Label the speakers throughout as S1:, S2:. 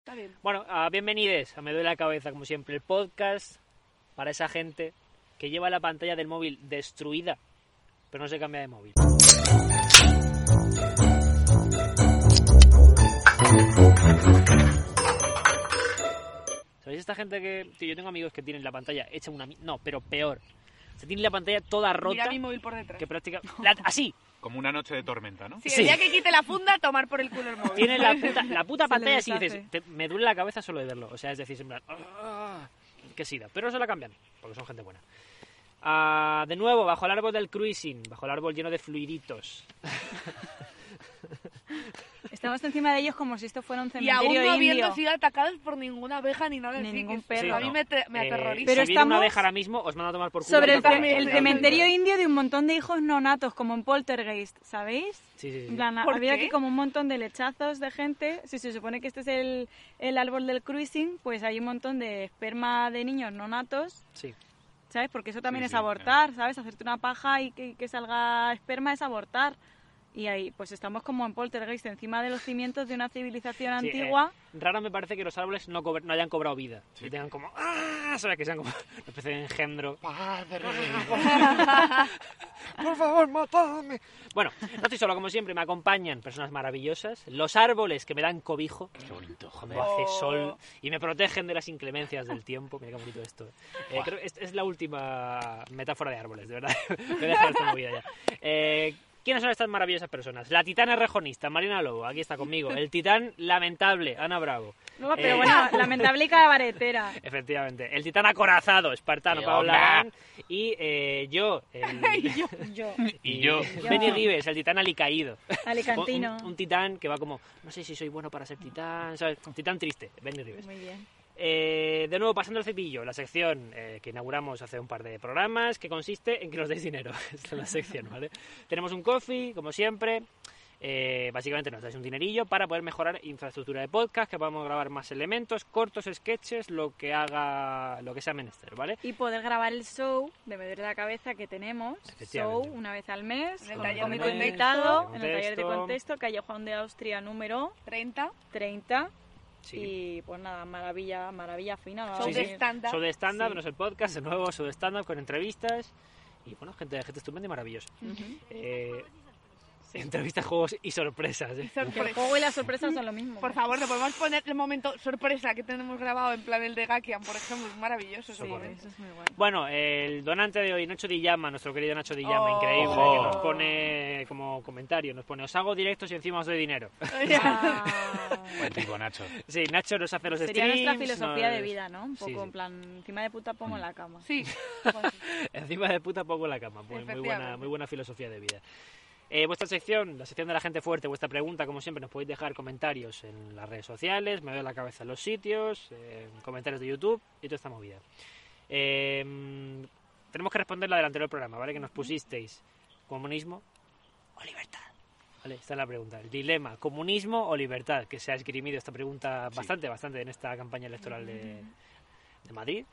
S1: Está bien.
S2: Bueno, ah, bienvenides a Me Duele la Cabeza, como siempre, el podcast para esa gente que lleva la pantalla del móvil destruida, pero no se cambia de móvil. ¿Sabéis esta gente que... tío, yo tengo amigos que tienen la pantalla hecha una... mi- No, pero peor. Se tiene la pantalla toda rota,
S1: Mira mi móvil por detrás.
S2: que práctica... la- Así,
S3: Como una noche de tormenta, ¿no?
S1: Sí,
S2: Sí.
S1: el día que quite la funda, tomar por el culo el móvil.
S2: tiene la puta, la puta
S4: Se le
S2: pantalla así y dices...
S4: deshace.
S2: te- me duele la cabeza solo de verlo. O sea, es decir, en plan... "Ah, que sida. Pero se la cambian, porque son gente buena. Ah, de nuevo, bajo el árbol del cruising, bajo el árbol lleno de fluiditos.
S4: Estamos encima de ellos como si esto fuera un
S1: Y
S4: cementerio
S1: aún no
S4: Este indio.
S1: habiendo sido atacados por ninguna abeja ni nada.
S4: Ni
S1: así, que
S4: ningún
S1: es-
S4: perro.
S1: A
S2: Sí,
S1: mí
S2: no.
S1: me, te- me
S2: Eh,
S1: aterroriza.
S4: Pero
S2: si viene una
S4: estamos
S2: abeja ahora mismo, os manda a tomar por culo. y
S4: Sobre el,
S2: os va a
S4: ce-
S2: pegar.
S4: el
S1: Sí,
S4: cementerio indio de un montón de hijos nonatos, como en Poltergeist, ¿sabéis?
S2: Sí, sí, sí.
S4: En plan,
S1: ¿Por
S4: había
S1: qué?
S4: aquí como un montón de lechazos de gente. Si se supone que este es el, el árbol del cruising, pues hay un montón de esperma de niños nonatos,
S2: Sí.
S4: ¿sabes? Porque eso también
S3: Sí,
S4: es
S3: sí,
S4: abortar, ¿sabes? Hacerte una paja y que, que salga esperma es abortar. Y ahí, pues estamos como en Poltergeist, encima de los cimientos de una civilización
S2: Sí, eh,
S4: antigua.
S2: Raro me parece que los árboles no, cobre- no hayan cobrado vida.
S3: Sí.
S2: Y tengan como... ¡Ah! ¿Sabes? Que sean como una especie de engendro. Por favor, matadme. Bueno, no estoy solo, como siempre, me acompañan personas maravillosas. Los árboles que me dan cobijo. Qué bonito, Cuando hace
S1: Oh.
S2: sol y me protegen de las inclemencias del tiempo. Mira qué bonito esto. Eh,
S3: Buah.
S2: creo que es, es la última metáfora de árboles, de verdad. Voy a dejar esta movida ya. Eh, ¿Quiénes son estas maravillosas personas? La titana rejonista, Marina Lobo, aquí está conmigo. El titán lamentable, Ana Bravo.
S4: No, pero
S2: eh,
S4: bueno, lamentable y cabaretera.
S2: Efectivamente. El titán acorazado, espartano,
S3: ¡Qué
S2: Paola
S3: onda!
S2: Arán. Y eh, yo, el...
S4: Yo,
S3: Y yo.
S2: Benny Rives, el titán alicaído.
S4: alicantino.
S2: Un, un titán que va como, no sé si soy bueno para ser titán, ¿sabes? Titán triste, Benny Rives.
S4: Muy bien.
S2: Eh, de nuevo, pasando el cepillo, la sección eh, que inauguramos hace un par de programas, que consiste en que nos deis dinero. Esta es la sección, ¿vale? Tenemos un coffee, como siempre. Eh, básicamente nos dais un dinerillo para poder mejorar infraestructura de podcast, que podamos grabar más elementos, cortos, sketches, lo que haga, lo que sea menester, ¿vale?
S4: y poder grabar el show de Me duele la cabeza que tenemos. Show
S2: Efectivamente.
S4: una vez al mes,
S1: En el
S4: con
S1: taller
S4: un cómico
S1: de contexto.
S4: invitado, en el taller de
S2: Contexto.
S4: contexto, calle Juan de Austria número
S1: 30,
S4: 30.
S2: Sí.
S4: Y pues nada, maravilla, maravilla fina. va a
S1: show
S2: Sí,
S1: de
S4: venir.
S1: stand-up.
S2: Sobre stand-up,
S4: Sí.
S2: no es el podcast, de nuevo, sobre stand-up con entrevistas. Y bueno, gente, gente estupenda y maravillosa.
S4: Ujú.
S2: Eh, Entrevistas, juegos y sorpresas. eh.
S4: Que el
S1: Sorpresa.
S4: juego y la sorpresa son lo mismo.
S1: Por favor, ¿le podemos poner el momento sorpresa que tenemos grabado en plan el de Gakian, por ejemplo? Es maravilloso ese
S2: Sí.
S1: momento.
S4: es muy
S2: Bueno, el donante de hoy, Nacho Di Llama, nuestro querido Nacho Di Llama,
S1: Oh.
S2: increíble, que
S3: Ojo.
S2: nos pone como comentario, nos pone, os hago directos y encima os doy dinero.
S3: Buen tipo, Nacho.
S2: Sí, Nacho nos hace los
S4: Ah. Sería
S2: streams.
S4: nuestra filosofía
S2: nos-
S4: de vida, ¿no? Un
S2: Sí,
S4: poco
S2: sí. Mm.
S4: en plan, encima de puta pongo en la cama.
S1: Sí.
S2: Encima de puta pongo la cama. Muy, muy buena,
S1: Efectivamente.
S2: muy buena filosofía de vida. Eh, vuestra sección, la sección de la gente fuerte, vuestra pregunta, como siempre, nos podéis dejar comentarios en las redes sociales, me veo la cabeza en los sitios, eh, comentarios de YouTube y toda esta movida. Eh, tenemos que responder la del anterior programa, ¿vale? Que nos pusisteis, ¿comunismo o libertad? Vale, esta es la pregunta. El dilema, ¿comunismo o libertad? Que se ha esgrimido esta pregunta
S3: Sí.
S2: bastante, bastante en esta campaña electoral de, de Madrid.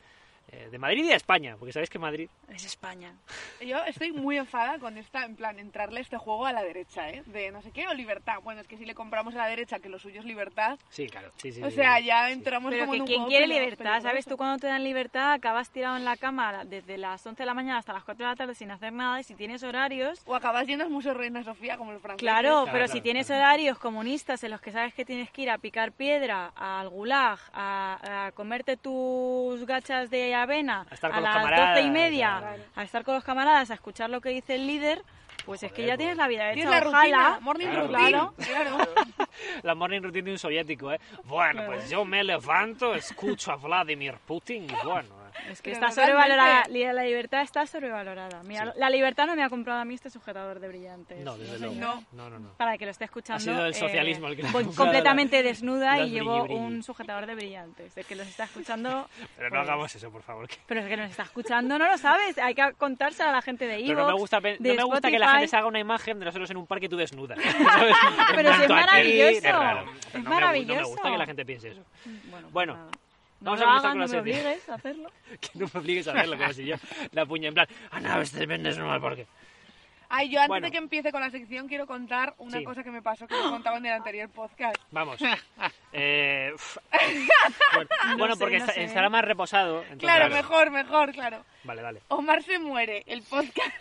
S2: Eh, de Madrid y de España, porque sabéis que Madrid
S4: Es España.
S1: Yo estoy muy enfadada con esta, en plan, entrarle este juego a la derecha, ¿eh? De no sé qué o libertad. Bueno, es que si le compramos a la derecha que lo suyo es libertad,
S2: Sí, claro. Sí, sí,
S1: o
S2: sí,
S1: sea,
S2: sí.
S1: ya
S2: Sí.
S1: entramos
S4: Pero
S1: como en
S4: que
S1: un
S4: quien
S1: juego
S4: quiere
S1: peligroso,
S4: libertad, ¿sabes?
S1: peligroso.
S4: Tú cuando te dan libertad acabas tirado en la cama desde las 11 de la mañana hasta las 4 de la tarde sin hacer nada y si tienes horarios...
S1: O acabas yendo al Museo Reina Sofía como los franceses.
S4: Claro, pero
S2: claro,
S4: si tienes
S2: claro.
S4: horarios comunistas en los que sabes que tienes que ir a picar piedra, al gulag, a, a comerte tus gachas de avena
S2: A estar con los
S4: las
S2: camaradas,
S4: doce y media,
S2: claro.
S4: a estar con los camaradas, a escuchar lo que dice el líder, pues es que
S2: Joder,
S4: ya
S2: pues.
S4: tienes la vida hecha.
S1: Tienes la
S4: ojalá.
S1: rutina, morning
S2: Claro,
S1: routine,
S2: claro.
S1: claro.
S2: La morning routine de un soviético, ¿eh? Bueno, pues yo me levanto, escucho a Vladimir Putin y bueno... eh.
S4: Es que
S1: Pero
S4: está sobrevalorada.
S1: totalmente.
S4: La la libertad está sobrevalorada. Mira,
S2: Sí.
S4: la libertad no me ha comprado a mí este sujetador de brillantes.
S2: No, desde
S4: señor.
S2: luego.
S1: No.
S2: No, no, no.
S4: Para el que lo esté escuchando. eh,
S2: Ha sido el socialismo el que le ha
S4: voy
S2: comprado
S4: completamente desnuda
S2: las
S4: y llevo
S2: brilli, brilli.
S4: un sujetador de brillantes. El que los está escuchando.
S2: Pero no
S4: pues,
S2: hagamos eso, por favor. que-
S4: Pero el que nos está escuchando no lo sabes. Hay que contarse a la gente de
S2: Pero no me
S4: Evox,
S2: gusta, pe- no
S4: de
S2: me gusta que la
S4: Spotify.
S2: gente se haga una imagen de nosotros en un parque tú desnuda. ¿sabes? En
S4: Pero si es
S2: plan, tú aquí,
S4: maravilloso.
S2: es raro.
S4: Es
S2: Pero no me gu- No me
S4: maravilloso.
S2: gusta que la gente piense eso.
S4: Bueno, pues
S2: Bueno,
S4: nada. no
S2: vamos a
S4: lo
S2: comenzar
S4: hagan,
S2: con la
S4: no me
S2: sección.
S4: obligues a hacerlo.
S2: Que no me obligues a hacerlo como si yo la puña en plan... Ana, a veces vendes normal, ¿por qué?
S1: Ay, yo antes
S2: Bueno.
S1: de que empiece con la sección quiero contar una
S2: Sí.
S1: cosa que me pasó que me contaban en el anterior podcast.
S2: Vamos. Eh, uf. bueno,
S4: No
S2: bueno,
S4: sé,
S2: porque
S4: no
S2: está-
S4: sé.
S2: estará más reposado. entonces-
S1: Claro, mejor, mejor, claro.
S2: Vale, vale.
S1: Omar se muere, el podcast.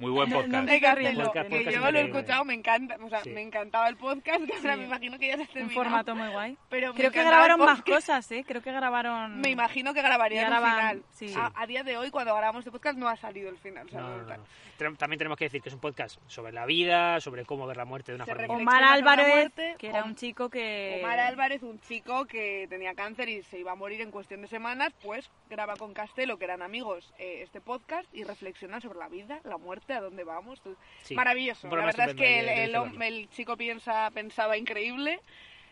S3: Muy buen
S4: No, no,
S3: podcast.
S4: no.
S1: Déjatelo,
S2: Podcast,
S1: que
S2: podcast
S1: yo lo he
S2: increíble.
S1: escuchado, me encanta, o sea,
S2: Sí.
S1: me encantaba el podcast, que ahora
S4: Sí.
S1: me imagino que ya se
S4: Un
S1: terminó.
S4: formato muy guay.
S1: Pero me
S4: Creo que
S1: encantaba el
S4: grabaron más
S1: podcast.
S4: cosas, ¿eh? Creo que grabaron...
S1: Me imagino que grabarían
S4: Ya
S1: un
S4: graban,
S1: final. Ah,
S4: sí.
S1: A, a día de hoy, cuando grabamos este podcast, no ha salido el final. o sea,
S2: No,
S1: no
S2: no,
S1: está.
S2: no. Tem- También tenemos que decir que es un podcast sobre la vida, sobre cómo ver la muerte de una
S1: Se
S2: forma.
S1: reflexiona
S4: Omar
S1: sobre la
S4: Álvarez,
S1: muerte,
S4: que era
S1: Om-
S4: un chico que...
S1: Omar Álvarez, un chico que tenía cáncer y se iba a morir en cuestión de semanas, pues graba con Castelo, que eran amigos, eh, este podcast y reflexionan sobre la vida, la muerte, a dónde vamos. todo.
S2: Sí, un
S1: Maravilloso. La
S2: programa
S1: verdad es que el,
S2: estupendo de- de
S1: el
S2: Sergio
S1: hom-
S2: Dalí.
S1: el chico piensa, pensaba increíble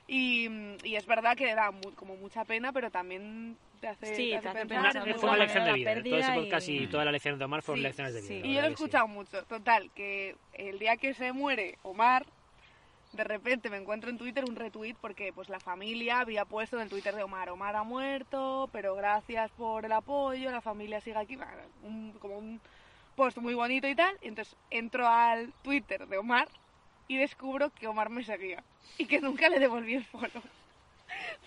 S1: y, y es verdad que da mu- como mucha pena, pero también te hace,
S4: Sí,
S1: te
S4: te
S1: hace
S4: hace
S1: pensar.
S4: pensar
S1: te hace
S2: Fue una
S4: mucho.
S2: lección de
S4: La
S2: vida. Todo ese
S4: pérdida
S2: podcast y
S4: y-
S2: todas las lecciones de Omar fueron
S1: Sí,
S2: lecciones de vida.
S4: sí.
S2: la
S1: Y yo
S2: verdad
S1: lo he
S2: que sí.
S1: escuchado mucho. Total, que el día que se muere Omar, de repente me encuentro en Twitter un retweet porque pues la familia había puesto en el Twitter de Omar, Omar ha muerto, pero gracias por el apoyo, la familia sigue aquí, Bueno, un- como un post muy bonito y tal. Y entonces entro al Twitter de Omar y descubro que Omar me seguía y que nunca le devolví el follow.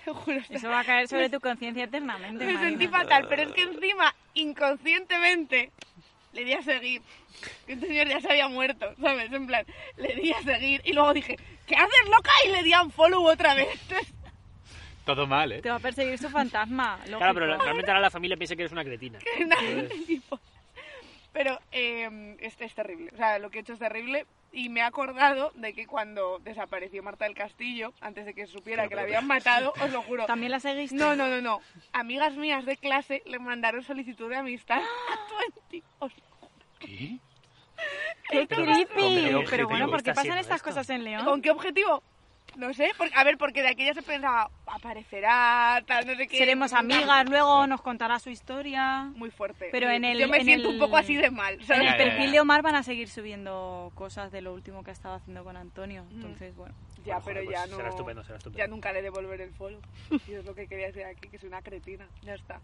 S1: Te juro, o sea,
S4: Eso va a caer sobre tu conciencia eternamente,
S1: me sentí
S4: Marina.
S1: fatal, pero es que encima, inconscientemente, le di a seguir. Que este señor ya se había muerto, ¿sabes? En plan, le di a seguir y luego dije, ¿qué haces loca? Y le di a un follow otra vez.
S3: Todo mal, ¿eh?
S4: Te va a perseguir su fantasma, lógico.
S2: Claro, pero la- realmente ahora la familia piensa que eres una cretina. Entonces,
S1: Pero eh, es, es terrible, o sea, lo que he hecho es terrible. Y me he acordado de que cuando desapareció Marta del Castillo, antes de que supiera
S2: Pero,
S1: que
S2: pero,
S1: la habían matado, os lo juro.
S4: ¿También la seguiste?
S1: No, no, no, no. Amigas mías de clase le mandaron solicitud de amistad a Twenty. Os
S3: ¿Qué?
S4: ¡Qué
S2: Pero-
S3: Hombre,
S4: creepy!
S3: objetivo.
S4: Pero bueno, ¿por
S2: Está
S4: qué pasan
S2: haciendo
S4: estas
S2: esto.
S4: cosas en
S1: ¿Con
S4: León?
S1: qué objetivo? No sé, porque, a ver, porque de aquella se pensaba, aparecerá, tal, no sé qué.
S4: Seremos amigas, luego nos contará su historia.
S1: Muy fuerte.
S4: Pero en el-
S1: Yo me
S4: en
S1: siento
S4: el-
S1: un poco así de mal,
S4: En
S1: ¿sabes?
S3: Ya,
S4: el
S3: ya,
S4: perfil
S3: ya.
S4: de Omar van a seguir subiendo cosas de lo último que ha estado haciendo con Antonio.
S1: Mm.
S4: Entonces, bueno.
S1: Ya,
S2: bueno,
S1: pero
S2: joder, pues
S1: ya no.
S2: Será estupendo, será
S1: Ya
S2: estupendo.
S1: nunca le devolveré el follow. Y es lo que quería decir aquí, que soy una cretina. Ya está.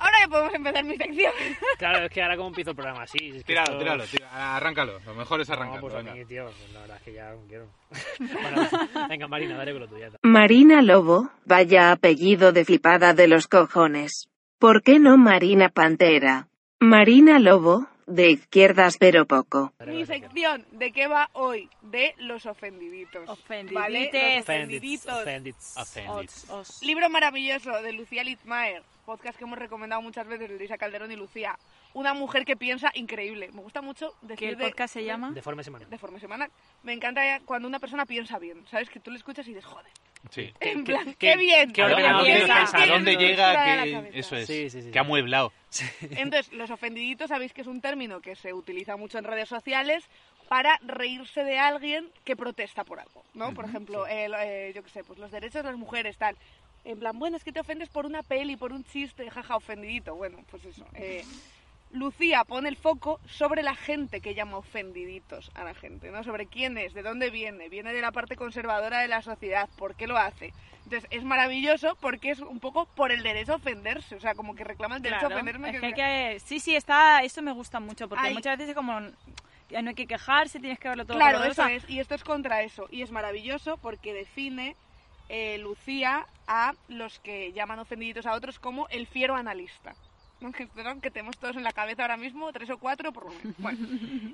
S1: Ahora ya podemos empezar mi sección.
S2: Claro, es que ahora como empiezo el programa así. es que
S3: Tíralo,
S2: esto-
S3: tíralo, tíralo. Arráncalo. Lo mejor es
S2: No,
S3: arrancarlo.
S2: pues a
S3: venga.
S2: mí, tío, la verdad es que ya no quiero. Bueno, venga, Marina, dale con lo tuyo.
S5: Marina Lobo, vaya apellido de flipada de los cojones. ¿Por qué no Marina Pantera? Marina Lobo, de izquierdas pero poco.
S2: Dale con
S1: mi
S2: la sección.
S1: sección, ¿de qué va hoy? De los ofendiditos. ¿Vale?
S4: Ofendidites.
S1: Los ofendiditos.
S2: Offendits.
S3: Offended.
S4: Os- os-
S1: Libro maravilloso de Lucía Litzmaer, podcast que hemos recomendado muchas veces de Elisa Calderón y Lucía. Una mujer que piensa increíble. Me gusta mucho decir
S4: ¿Qué el
S1: de-
S4: podcast se
S1: Ah.
S4: llama?
S2: De forma semanal.
S1: de forma semanal. Me encanta cuando una persona piensa bien, ¿sabes? Que tú le escuchas y dices, joder,
S3: Sí.
S1: en plan, qué,
S2: qué-
S1: bien.
S2: qué
S1: qué
S3: ¿A dónde- a
S1: bien,
S2: ordenado
S3: dónde-
S1: qué
S2: piensa?
S1: bien,
S3: ¿A
S1: qué
S3: dónde
S1: bien,
S3: llega?
S1: trae a la
S3: que-
S1: cabeza.
S3: Eso es.
S2: Sí, sí, sí, sí.
S3: Que ha mueblado.
S1: Entonces, los ofendiditos sabéis que es un término que se utiliza mucho en redes sociales para reírse de alguien que protesta por algo, ¿no? Por ejemplo, el, eh, yo qué sé, pues los derechos de las mujeres, tal. En plan, bueno, es que te ofendes por una peli, por un chiste, jaja, ofendidito. Bueno, pues eso. eh, Lucía pone el foco sobre la gente que llama ofendiditos a la gente, ¿no? Sobre quién es, de dónde viene, viene de la parte conservadora de la sociedad, por qué lo hace. Entonces, es maravilloso porque es un poco por el derecho a ofenderse, o sea, como que reclama el derecho a
S4: Claro,
S1: ofenderme.
S4: es que hay que- Sí, sí, está... Eso me gusta mucho, porque
S1: Ay.
S4: muchas veces es como... ya no hay que quejarse, tienes que verlo todo.
S1: Claro,
S4: color
S1: eso
S4: rosa.
S1: es. Y esto es contra eso. Y es maravilloso porque define eh, Lucía a los que llaman ofendiditos a otros como el fiero analista. ¿no? Que, ¿no? que tenemos todos en la cabeza ahora mismo, tres o cuatro por lo menos. Bueno.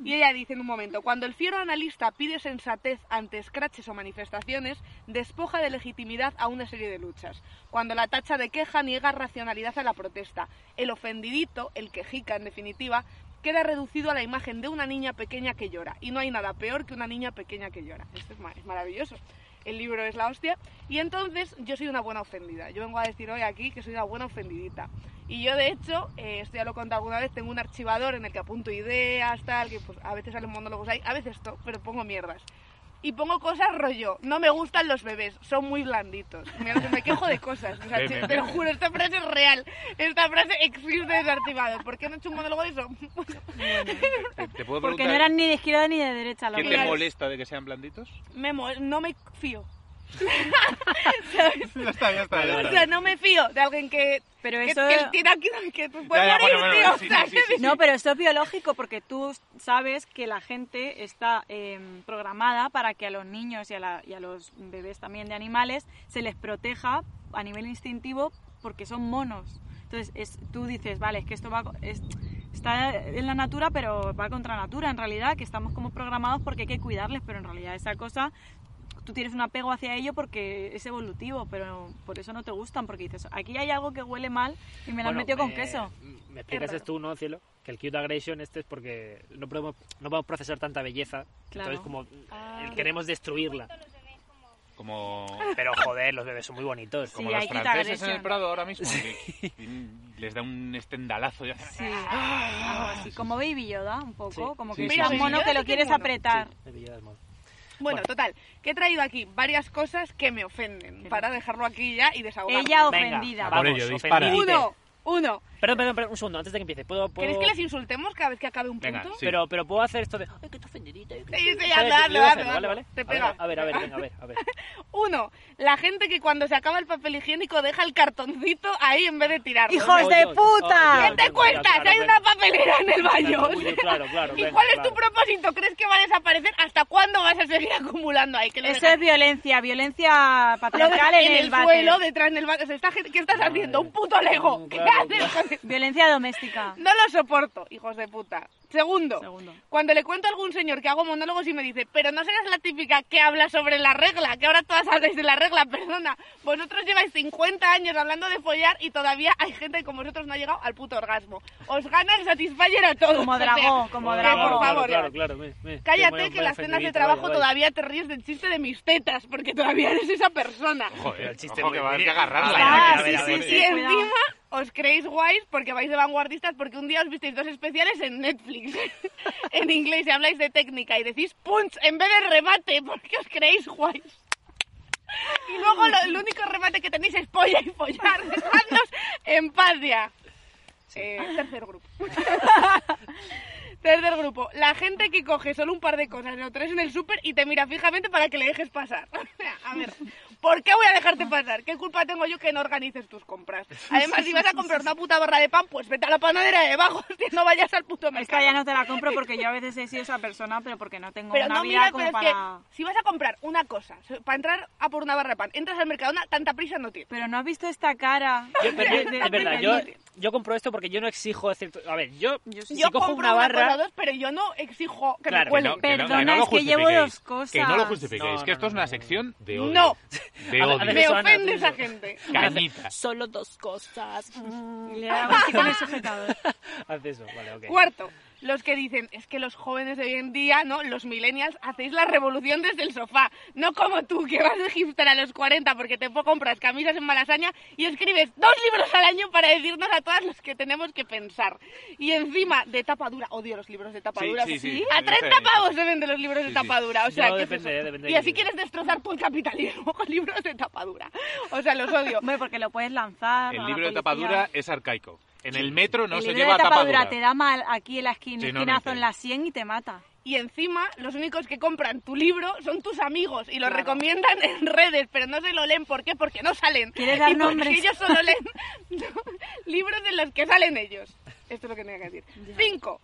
S1: Y ella dice en un momento, cuando el fiero analista pide sensatez ante escraches o manifestaciones, despoja de legitimidad a una serie de luchas. Cuando la tacha de queja niega racionalidad a la protesta. El ofendidito, el quejica en definitiva, queda reducido a la imagen de una niña pequeña que llora. Y no hay nada peor que una niña pequeña que llora. Esto es, ma- es maravilloso. El libro es la hostia. Y entonces yo soy una buena ofendida. Yo vengo a decir hoy aquí que soy una buena ofendidita. Y yo de hecho, eh, esto ya lo he contado alguna vez, tengo un archivador en el que apunto ideas, tal, que pues a veces salen monólogos ahí, a veces no, pero pongo mierdas. Y pongo cosas rollo, no me gustan los bebés, son muy blanditos. Mira, que me quejo de cosas. O sea,
S3: Bien,
S1: te-
S3: bien,
S1: te lo
S3: bien.
S1: juro, esta frase es real. Esta frase existe desde archivador. ¿Por qué no he hecho un monólogo de eso?
S3: ¿Te, te puedo
S4: Porque
S3: preguntar
S4: no eran ni de izquierda ni de derecha.
S3: qué
S4: los
S3: te
S1: Claro.
S4: dos.
S3: molesta de que sean blanditos?
S1: me mol- no me fío. ¿sabes?
S3: Ya está, ya está. Ya
S1: O
S3: está.
S1: sea, no me fío de alguien que,
S4: Pero
S1: que,
S4: eso...
S1: que tiene aquí que pues, puede
S3: Ya, ya,
S1: morir,
S3: bueno, bueno,
S1: tío.
S3: sí, sí,
S1: ¿sabes?
S3: sí, sí, sí.
S4: No, pero esto es biológico porque tú sabes que la gente está eh, programada para que a los niños y a, la- y a los bebés también de animales se les proteja a nivel instintivo porque son monos. Entonces es, tú dices, vale, es que esto va, co- es- está en la natura, pero va contra natura en realidad, que estamos como programados porque hay que cuidarles, pero en realidad esa cosa... Tú tienes un apego hacia ello porque es evolutivo, pero por eso no te gustan, porque dices, aquí hay algo que huele mal y me lo han
S2: Bueno,
S4: metido con
S2: eh,
S4: queso.
S2: Me explicas
S1: raro.
S2: tú, ¿no, cielo? Que el cute aggression este es porque no podemos, no podemos procesar tanta belleza.
S4: Claro.
S2: Entonces, como
S4: Ah.
S2: eh, queremos destruirla.
S3: Como,
S2: Pero joder, los bebés son muy bonitos.
S4: Sí,
S3: como
S4: hay
S3: los
S4: quita
S3: franceses en
S4: agresión.
S3: el Prado ahora mismo. que- que les da un estendalazo y hacen...
S4: Sí, algo así, como Baby Yoda, un poco,
S2: Sí,
S4: como
S3: sí,
S4: que
S3: sí,
S4: es tan
S3: sí.
S4: mono
S1: Baby
S4: que
S1: Yoda
S4: lo
S1: sí que es
S4: quieres
S1: mono.
S4: apretar.
S2: Sí, de belleza es mono.
S1: Bueno, total, que he traído aquí varias cosas que me ofenden,
S4: Pero-
S1: para dejarlo aquí ya y desahogarme.
S4: Ella
S2: Venga,
S4: ofendida.
S2: a
S3: Por
S2: vamos,
S3: ello, dispara.
S2: ofendidite.
S1: Uno, uno.
S2: Perdón, perdón, perdón, un segundo, antes de que empiece. ¿Puedo, puedo...
S1: ¿Queréis que les insultemos cada vez que acabe un punto?
S3: Venga, sí.
S2: Pero, pero puedo hacer esto de... Ay, que está ofendidita. ay, que-
S1: Sí, sí,
S2: ¿Sabes?
S1: hazlo, hazlo,
S2: Yo voy a hacerlo, ¿Vale,
S1: hazlo, hazlo.
S2: vale?
S1: Te
S2: A ver,
S1: pega.
S2: A ver, a ver, venga, a ver, a ver.
S1: Uno, la gente que cuando se acaba el papel higiénico deja el cartoncito ahí en vez de tirarlo.
S4: ¡Hijos
S2: Oye,
S4: de
S2: oye,
S4: puta!
S2: oye,
S1: ¿Qué
S2: oye,
S1: te
S2: oye,
S1: cuentas?
S2: claro,
S1: Hay
S2: claro,
S1: una papelera en el baño.
S2: Claro, oye, claro, claro,
S1: ¿Y
S2: venga,
S1: cuál es
S2: claro.
S1: tu propósito? ¿Crees que va a desaparecer? ¿Hasta cuándo vas a seguir acumulando ahí? Que lo
S4: Eso
S1: dejas-
S4: es violencia, violencia
S1: lo dejas
S4: patriarcal en, el, váter.
S1: suelo, detrás del váter. Esta gente- ¿Qué estás
S2: Madre.
S1: haciendo? Un puto Lego.
S2: Mm,
S1: ¿Qué
S2: claro,
S1: haces
S2: claro.
S1: con esto?
S4: Violencia doméstica.
S1: No lo soporto, hijos de puta. Segundo,
S4: Segundo.
S1: cuando le cuento a algún señor que hago monólogos y me dice, pero no serás la típica que habla sobre la regla, que ahora todas habláis de la regla, perdona. Vosotros lleváis 50 años hablando de follar y todavía hay gente que como vosotros no ha llegado al puto orgasmo. Os gana el satisfyer a todos.
S4: Como
S1: o sea,
S4: dragón, como
S1: que,
S4: dragón.
S1: por favor.
S2: Claro, claro, me- me-
S1: Cállate
S2: me- me
S1: que las cenas de
S2: ofendidita,
S1: trabajo
S2: vaya, vaya.
S1: todavía te ríes del chiste de mis tetas, porque todavía eres esa persona.
S2: Pero
S3: Joder,
S2: el chiste
S3: ojo,
S2: muy
S3: que va a haber que
S2: bien.
S3: agarrarla.
S4: Ah,
S3: A ver, a
S4: sí,
S3: ver,
S4: sí,
S3: a
S1: Y
S3: ver.
S4: sí.
S1: encima os creéis guays porque vais de vanguardistas porque un día os visteis dos especiales en Netflix. en inglés y habláis de técnica y decís punch en vez de remate porque os creéis guays. Y luego lo- el único remate que tenéis es polla y follar. Dejadnos en paz ya. Eh, tercer grupo. tercer grupo. La gente que coge solo un par de cosas o tres en el súper y te mira fijamente para que le dejes pasar. O sea, a ver, ¿por qué voy a dejarte pasar? ¿Qué culpa tengo yo que no organices tus compras? Además, si vas a comprar una puta barra de pan, pues vete a la panadera de debajo, hostia, no vayas al puto
S4: Esta
S1: mercado.
S4: ya no te la compro porque yo a veces he sido esa persona, pero porque no tengo
S1: Pero
S4: una
S1: no
S4: vida
S1: mira,
S4: como
S1: pero es
S4: para...
S1: que si vas a comprar una cosa, so- para entrar a por una barra de pan, entras al Mercadona, tanta prisa no tienes.
S4: Pero no has visto esta cara.
S2: Yo- pero yo-
S4: de-
S2: es verdad,
S4: de-
S2: yo, yo compro esto porque yo no exijo decir... A ver, yo,
S4: Yo sí.
S2: si
S1: Yo
S2: cojo
S1: compro
S2: una barra...
S1: cosa o dos, pero yo no exijo que
S2: Claro, que
S1: me cuelen.
S3: no, que no-
S4: Perdona,
S3: lo
S4: es que llevo
S3: justifiquéis.
S4: dos cosas.
S3: Que no lo
S2: No,
S3: justifiquéis,
S2: no,
S3: que esto
S2: no,
S3: es una
S2: no.
S3: sección de odio.
S1: No,
S3: De
S2: A- a
S3: odio.
S1: me
S2: Eso, Ana,
S1: ofende
S2: tú
S1: esa
S2: eso.
S1: gente.
S3: Cañita.
S6: Solo dos cosas.
S4: Y le hago así con el sujetador.
S2: Haz eso, vale, ok.
S1: Cuarto, los que dicen, es que los jóvenes de hoy en día, ¿no? Los millennials, hacéis la revolución desde el sofá. No como tú, que vas de hipster a los 40 porque te po- compras camisas en Malasaña y escribes dos libros al año para decirnos a todas los que tenemos que pensar. Y encima, de tapa dura, odio los libros de tapa
S3: Sí,
S1: dura.
S3: sí, sí.
S1: A
S3: Sí,
S1: 30
S3: sí.
S1: pavos se venden los libros de
S3: Sí, sí.
S1: tapa dura. O sea,
S2: No,
S1: ¿qué es
S2: depende,
S1: eso?
S2: depende
S1: y
S2: del
S1: así
S2: libro.
S1: quieres destrozar todo el capitalismo con libros de tapa dura. O sea, los odio.
S4: Hombre, porque lo puedes lanzar. a
S3: El
S4: la
S3: libro de
S4: policía.
S3: tapadura es arcaico. En el metro no
S4: el
S3: se
S4: libro
S3: lleva
S4: de tapadura
S3: tapadura.
S4: te da mal aquí en la esquina,
S3: Sí, no, no
S4: esquinazo en
S3: entiendo.
S4: la sien y te mata.
S1: Y encima, los únicos que compran tu libro son tus amigos y lo
S4: Claro.
S1: recomiendan en redes, pero no se lo leen. ¿Por qué? Porque no salen.
S4: ¿Quieres dar
S1: y porque
S4: nombres?
S1: ellos solo leen libros de los que salen ellos. Esto es lo que tenía que decir. Cinco.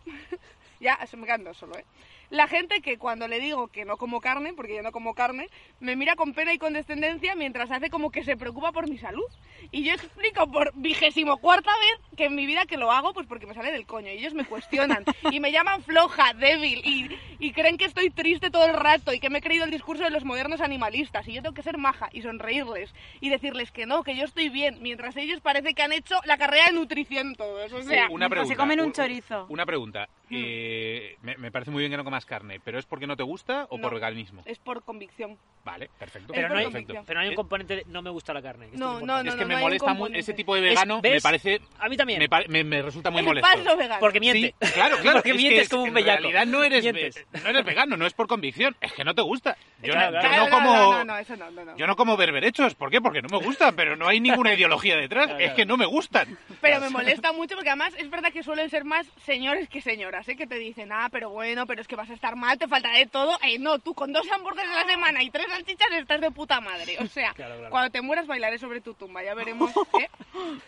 S1: Ya, se me quedan dos solo, ¿eh? La gente que cuando le digo que no como carne, porque yo no como carne, me mira con pena y condescendencia mientras hace como que se preocupa por mi salud. Y yo explico por vigésimo cuarta vez que en mi vida que lo hago, pues porque me sale del coño. Y ellos me cuestionan y me llaman floja, débil y, y creen que estoy triste todo el rato y que me he creído el discurso de los modernos animalistas. Y yo tengo que ser maja y sonreírles y decirles que no, que yo estoy bien, mientras ellos parece que han hecho la carrera de nutrición todos. O sea,
S4: Pues se comen un chorizo. Mm.
S3: Una pregunta. Eh, me, me parece muy bien que no comas carne, pero ¿es porque no te gusta o
S1: No.
S3: por veganismo?
S1: es por convicción.
S3: Vale, perfecto. Eh,
S2: Pero
S1: Es
S2: no, hay,
S1: perfecto.
S2: pero no hay un componente de no me gusta la carne. que esto
S1: No,
S2: es
S1: no,
S2: importante.
S3: es que
S1: no
S3: me
S1: hay un
S3: molesta muy,
S1: componente.
S3: ese tipo de vegano,
S2: ¿ves?
S3: me parece,
S2: A mí también.
S3: me, pare- me- me resulta muy
S1: El
S3: molesto.
S1: paso vegano.
S2: Porque
S3: Sí,
S2: miente.
S3: claro, claro.
S2: Porque
S3: es que
S2: mientes
S3: es-
S2: como un
S3: en
S2: bellaco.
S3: realidad no eres, ve-
S2: Mientes.
S3: no eres vegano, no es por convicción, es que no te gusta. Yo,
S2: Claro,
S3: no, yo
S2: claro.
S3: no como
S1: no, no, no, eso no, no, no.
S3: yo no como berberechos, ¿por qué? Porque no me gustan, pero no hay ninguna ideología detrás,
S2: Claro,
S3: es que no me gustan.
S1: Pero me molesta mucho porque además es verdad que suelen ser más señores que señoras. frase que te dicen, ah, pero bueno, pero es que vas a estar mal, te falta de todo. Eh, no, tú con dos hamburguesas a la semana y tres salchichas estás de puta madre. O sea,
S2: Claro, claro.
S1: cuando te mueras bailaré sobre tu tumba, ya veremos. ¿eh?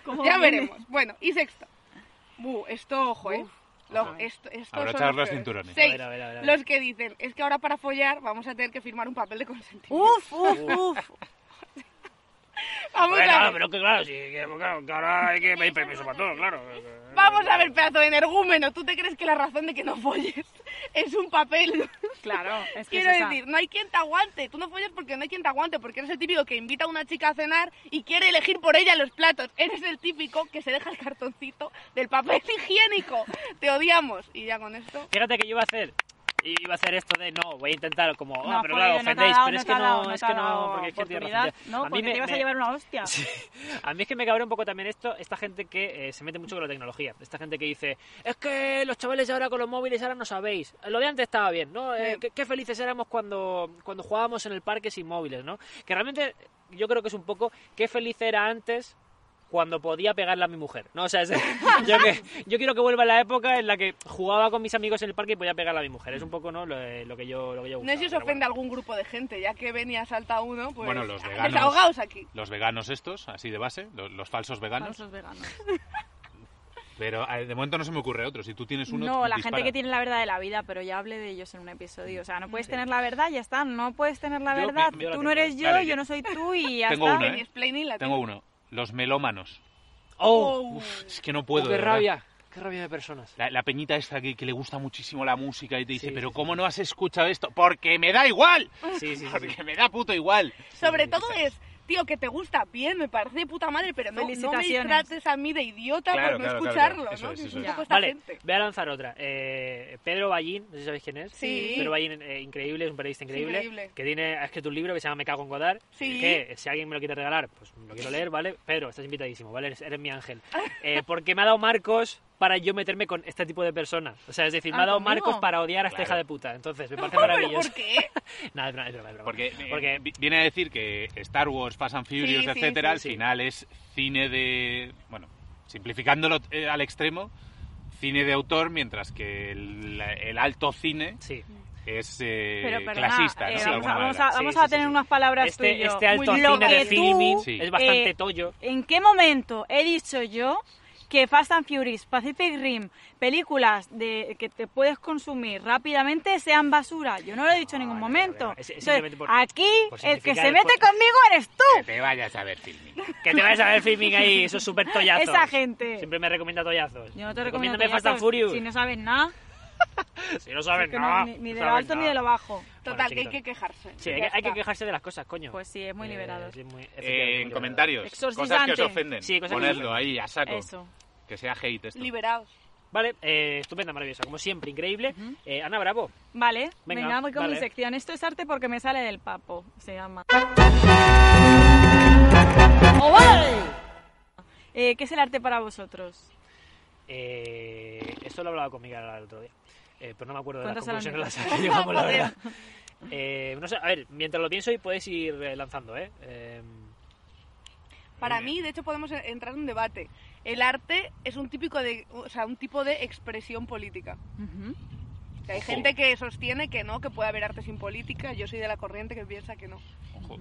S4: ¿Cómo
S1: ya
S4: viene?
S1: veremos. Bueno, y sexto. Bu, esto, ojo, ¿eh? Lo-
S2: ojo.
S1: esto, estos
S3: Abrochaos
S1: son
S3: los
S1: peores.
S3: cinturones.
S1: Seis,
S2: A ver, a ver, a ver, a ver.
S1: Los que dicen, es que ahora para follar vamos a tener que firmar un papel de consentimiento.
S4: Uf, uf, uf.
S1: vamos,
S2: Bueno,
S1: a ver,
S2: pero que claro, sí, que, claro, que ahora hay que pedir permiso para todo, claro.
S1: vamos a ver, pedazo de energúmeno. ¿Tú te crees que la razón de que no folles es un papel?
S4: Claro, es que
S1: Quiero
S4: es esa.
S1: decir, no hay quien te aguante. Tú no follas porque no hay quien te aguante, porque eres el típico que invita a una chica a cenar y quiere elegir por ella los platos. Eres el típico que se deja el cartoncito del papel higiénico. Te odiamos. Y ya con esto.
S2: Fíjate que yo iba a hacer iba a hacer esto de no, voy a intentar como, ah,
S4: No,
S2: pero
S4: joder,
S2: claro,
S4: no te ha
S2: ofendéis,
S4: dado-
S2: pero
S4: no
S2: es
S4: te
S2: que
S4: ha dado-
S2: no, es
S4: te ha
S2: que no,
S4: dado
S2: porque es que tienes
S4: oportunidad,
S2: razón.
S4: ¿no? Porque te ibas a llevar una hostia.
S2: A mí es que me cabrón un poco también esto, esta gente que eh, se mete mucho con la tecnología. Esta gente que dice, es que los chavales ahora con los móviles ahora no sabéis. Lo de antes estaba bien, ¿no? Eh,
S1: Sí.
S2: qué, qué felices éramos cuando, cuando jugábamos en el parque sin móviles, ¿no? Que realmente yo creo que es un poco qué feliz era antes cuando podía pegarle a mi mujer, ¿no? O sea, es- yo, que- yo quiero que vuelva la época en la que jugaba con mis amigos en el parque y podía pegarle a mi mujer. Es un poco, ¿no? Lo, eh, lo que yo lo que yo buscaba,
S1: No sé si os
S2: pero bueno.
S1: ofende a algún grupo de gente, ya que ven y asalta a uno, pues
S3: Bueno, los veganos. ¿Eh?
S1: desahogaos aquí.
S3: Los veganos estos, así de base, los, los falsos veganos.
S4: Falsos veganos.
S3: Pero eh, de momento no se me ocurre otro. Si tú tienes uno,
S4: No, la
S3: dispara.
S4: gente que tiene la verdad de la vida, pero ya hablé de ellos en un episodio. O sea, no puedes
S2: Sí.
S4: tener la verdad, ya está. No puedes tener la
S2: Yo-
S4: verdad.
S2: yo la
S4: tú
S2: tengo.
S4: no eres yo,
S3: Vale,
S4: yo
S3: yo-
S4: no soy tú y ya
S3: Tengo
S4: está.
S3: una,
S1: Ni
S3: ¿eh?
S1: explaining la
S3: Tengo
S1: tiene.
S3: uno. Los melómanos.
S2: ¡Oh!
S1: Oh.
S4: Mm.
S3: Es que no puedo.
S2: ¡Qué
S3: de verdad.
S2: rabia! ¡Qué rabia de personas!
S3: La, la peñita esta que, que le gusta muchísimo la música y te dice,
S2: Sí,
S3: pero
S2: sí,
S3: ¿cómo no has escuchado esto? Porque me da igual.
S2: Sí, sí, sí, sí.
S3: Porque me da puto igual.
S1: Sobre todo es, tío, que te gusta bien, me parece de puta madre, pero no, no me
S4: Felicitaciones.
S1: trates a mí de idiota por
S3: Claro,
S1: no
S3: claro, claro,
S1: escucharlo,
S3: claro. Eso
S1: ¿no?
S3: es,
S1: Que
S3: eso
S1: un
S4: es.
S1: poco esta
S2: Vale,
S1: gente.
S2: voy a lanzar otra. Eh, Pedro Ballín, no sé si sabéis quién es.
S1: Sí.
S2: Pedro Ballín, eh, increíble, es un periodista increíble,
S1: Increíble.
S2: Que tiene, ha escrito un libro que se llama Me cago en Godard.
S1: Sí.
S2: Que eh, si alguien me lo quiere regalar, pues lo quiero leer, ¿vale? Pedro, estás invitadísimo, ¿vale? Eres, eres mi ángel. Eh, porque me ha dado marcos para yo meterme con este tipo de personas. O sea, es decir, me
S4: Ah,
S2: ha dado
S4: ¿conmigo?
S2: marcos para odiar a esta
S3: Claro.
S2: hija de puta. Entonces, me parece
S1: No, pero
S2: maravilloso.
S1: ¿Por qué?
S2: Nada, es broma, es broma, es broma.
S3: Porque, eh,
S2: Porque
S3: vi- viene a decir que Star Wars, Fast and Furious,
S1: Sí, sí,
S3: etcétera,
S1: sí,
S3: al
S2: sí.
S3: final es cine de. Bueno, simplificándolo eh, al extremo, cine de autor, mientras que el, el alto cine
S2: sí.
S3: es eh,
S4: Pero perdona,
S3: clasista, ¿no?
S4: eh,
S3: De
S4: vamos,
S3: alguna
S4: a, vamos
S3: manera.
S4: a- vamos
S2: Sí,
S4: a
S2: sí, sí,
S4: tener
S2: sí.
S4: unas palabras tú y
S2: Este,
S4: yo.
S2: este alto
S4: Muy
S2: cine
S4: bien. Lo
S2: de
S4: que tú-
S2: filming
S3: Sí.
S2: es bastante
S4: eh,
S2: tollo.
S4: ¿En qué momento he dicho yo que Fast and Furious, Pacific Rim, películas de que te puedes consumir rápidamente sean basura? Yo no lo he dicho en
S2: No,
S4: ningún
S2: no, no,
S4: momento.
S2: no, es- es
S4: Entonces,
S2: simplemente por-
S4: aquí
S2: por
S4: el que
S2: simplificar
S4: se
S2: el Eh,
S4: mete
S2: po-
S4: conmigo eres
S3: Que
S4: tú.
S3: te vayas a ver filming. Eh,
S2: Que te vayas a ver filming ahí, esos super tollazos.
S4: Esa gente.
S2: Siempre me recomienda tollazos.
S4: Yo no te recomiendo
S2: Recomiéndame Fast and
S4: toallazos
S2: Furious.
S4: si no sabes nada,
S2: Si no sabes
S4: que no-
S2: nada.
S4: ni, ni
S2: no
S4: de lo
S2: sabes
S4: alto ni
S2: nada.
S4: de lo bajo.
S1: Total, que hay
S2: chicos.
S1: que quejarse.
S2: Sí, hay,
S1: Ya
S2: que- hay que
S1: está.
S2: quejarse de las cosas, coño.
S4: Pues sí, es muy
S2: Eh,
S4: liberador.
S2: sí, es muy- efectivamente,
S3: Eh, en
S2: muy
S3: comentarios, cosas que os
S4: Exorcizante.
S3: ofenden.
S2: Sí, cosas que os
S3: Ponedlo ahí a saco.
S4: Eso.
S3: Que sea hate esto.
S2: liberador.
S1: Liberados.
S2: Vale, eh, estupenda, maravillosa. Como siempre, increíble. Eh, Ana Bravo.
S4: Vale,
S2: Venga,
S4: venga, voy con
S2: vale.
S4: mi sección. Esto es arte porque me sale del papo, se llama. Eh, ¿Qué es el arte para vosotros?
S2: Eh, esto lo hablaba con Miguel el otro día. Eh, pero no me acuerdo de las
S4: Cuéntaselo
S2: conclusiones
S4: a mí.
S2: las que llegamos, la verdad. Eh, no sé, a ver, mientras lo pienso y podéis ir eh, lanzando, ¿eh? Eh,
S1: Para
S3: Eh,
S1: mí, de hecho, podemos e- entrar en un debate. El arte es un típico de, o sea, un tipo de expresión política. O sea, hay
S3: Ojo.
S1: gente que sostiene que no, que puede haber arte sin política. Yo soy de la corriente que piensa que no.
S3: Ojo.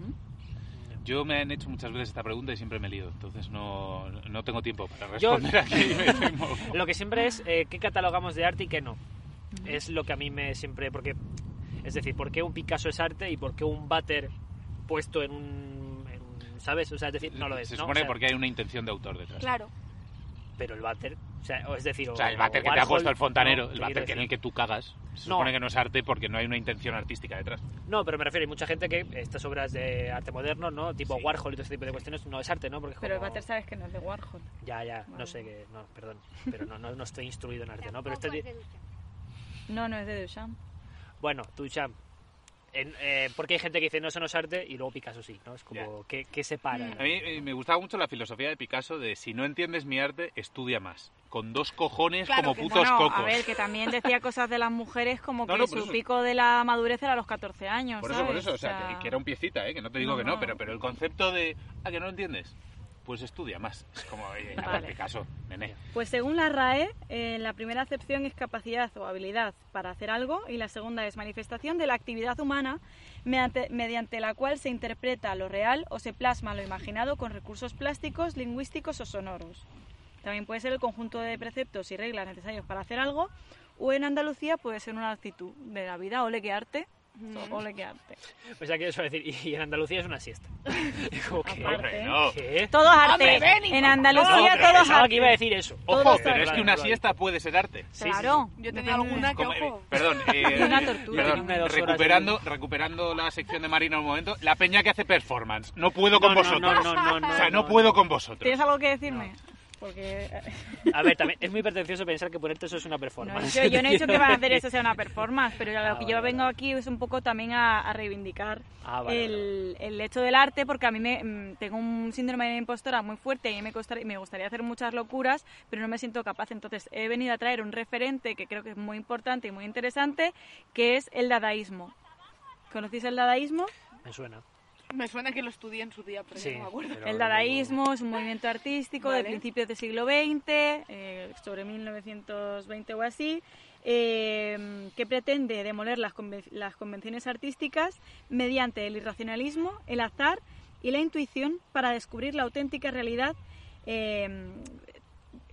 S3: Yo me han hecho muchas veces esta pregunta y siempre me lío, entonces no, no tengo tiempo para
S2: Yo-
S3: responder aquí. Me temo.
S2: Lo que siempre es eh, qué catalogamos de arte y qué no. Es lo que a mí me siempre. Porque, es decir, ¿por qué un Picasso es arte y por qué un váter puesto en un. en un- ¿Sabes? O sea, es decir, no lo es.
S3: Se
S2: ¿no? O
S3: supone
S2: sea,
S3: porque hay una intención de autor detrás.
S1: Claro.
S2: Pero el váter. O sea, o es decir,
S3: O sea, el váter que te ha puesto el fontanero, el váter que en el que tú cagas, se
S2: No.
S3: supone que no es arte porque no hay una intención artística detrás.
S2: No, pero me refiero, hay mucha gente que estas obras de arte moderno, ¿no? Tipo
S3: Sí.
S2: Warhol y todo ese tipo de cuestiones, no es arte, ¿no? Porque es
S4: Pero el
S2: como-
S4: váter sabes que no es de Warhol.
S2: Ya, ya, no
S4: Vale.
S2: sé qué. No, perdón. Pero no, no, no estoy instruido en arte, ¿no? Pero este-
S4: No, no es de Duchamp.
S2: Bueno, tú, Cham. en- eh, porque hay gente que dice no, eso no es arte y luego Picasso sí, ¿no? Es como, que ¿qué, qué separa?
S1: Mm.
S3: A mí eh, me gustaba mucho la filosofía de Picasso de si no entiendes mi arte, estudia más. Con dos cojones
S1: Claro
S3: como
S1: que
S3: putos
S4: bueno,
S3: cocos.
S4: a ver, que también decía cosas de las mujeres como
S3: No,
S4: que
S3: no, por
S4: su
S3: eso.
S4: pico de la madurez era a los 14 años.
S3: por eso, por
S4: ¿sabes?
S3: eso, o sea, que, que era un piecita, ¿eh? que no te digo
S4: No,
S3: que no,
S4: no.
S3: Pero, pero el concepto de... Ah, que no lo entiendes. pues estudia más. Es como, oye, a ver,
S4: Vale.
S3: Picasso, nene.
S4: Pues según la RAE, eh, la primera acepción es capacidad o habilidad para hacer algo y la segunda es manifestación de la actividad humana mediante, mediante la cual se interpreta lo real o se plasma lo imaginado con recursos plásticos, lingüísticos o sonoros. También puede ser el conjunto de preceptos y reglas necesarios para hacer algo o en Andalucía puede ser una actitud de la vida, ole que arte,
S1: Mm.
S4: ole que arte.
S2: O sea, que eso es decir, y- y en Andalucía es una siesta. Y como, ¿qué?
S3: Hombre,
S4: Aparte.
S3: no.
S2: ¿Qué?
S4: Todo es arte.
S1: Hombre, ven y-
S4: en
S2: No,
S4: Andalucía
S2: pero
S4: todo es
S2: pensaba que
S4: arte.
S2: iba a decir eso.
S3: Ojo,
S4: Todo está
S3: pero es
S2: bien.
S3: que una siesta puede ser arte.
S2: Sí, sí, sí.
S4: Claro.
S1: Yo tenía
S4: depende-
S1: alguna que,
S3: Como- eh,
S1: ojo,
S3: perdón, eh,
S4: Y una tortuga.
S3: perdón,
S2: Una de dos horas
S3: recuperando, recuperando la sección de Marina un momento, la peña que hace performance. No puedo
S2: No,
S3: con
S2: no,
S3: vosotros.
S2: no, no, no,
S3: o sea, no,
S2: no,
S3: puedo
S2: no.
S3: con vosotros.
S4: ¿Tienes algo que decirme? Porque eh,
S2: A ver, también es muy pretencioso pensar que ponerte eso es una
S4: No,
S2: performance.
S4: yo, yo no he dicho que van a hacer eso sea una performance, pero a
S2: Ah,
S4: lo que
S2: vale,
S4: yo
S2: vale,
S4: vengo
S2: vale.
S4: aquí es un poco también a, a reivindicar
S2: Ah, vale,
S4: el, el hecho del arte, porque a mí me, mm, tengo un síndrome de impostora muy fuerte y a mí me, costar- me gustaría hacer muchas locuras, pero no me siento capaz. Entonces he venido a traer un referente que creo que es muy importante y muy interesante, que es el dadaísmo. ¿Conocéis el dadaísmo?
S2: Me suena.
S1: me suena que lo estudié en su día, pero
S2: Sí.
S1: no me acuerdo.
S2: pero
S4: El
S2: ahora
S4: dadaísmo es un movimiento artístico de
S1: Vale.
S4: principios del siglo XX, eh, sobre 1920 o así, eh, que pretende demoler las, conven- las convenciones artísticas mediante el irracionalismo, el azar y la intuición para descubrir la auténtica realidad eh,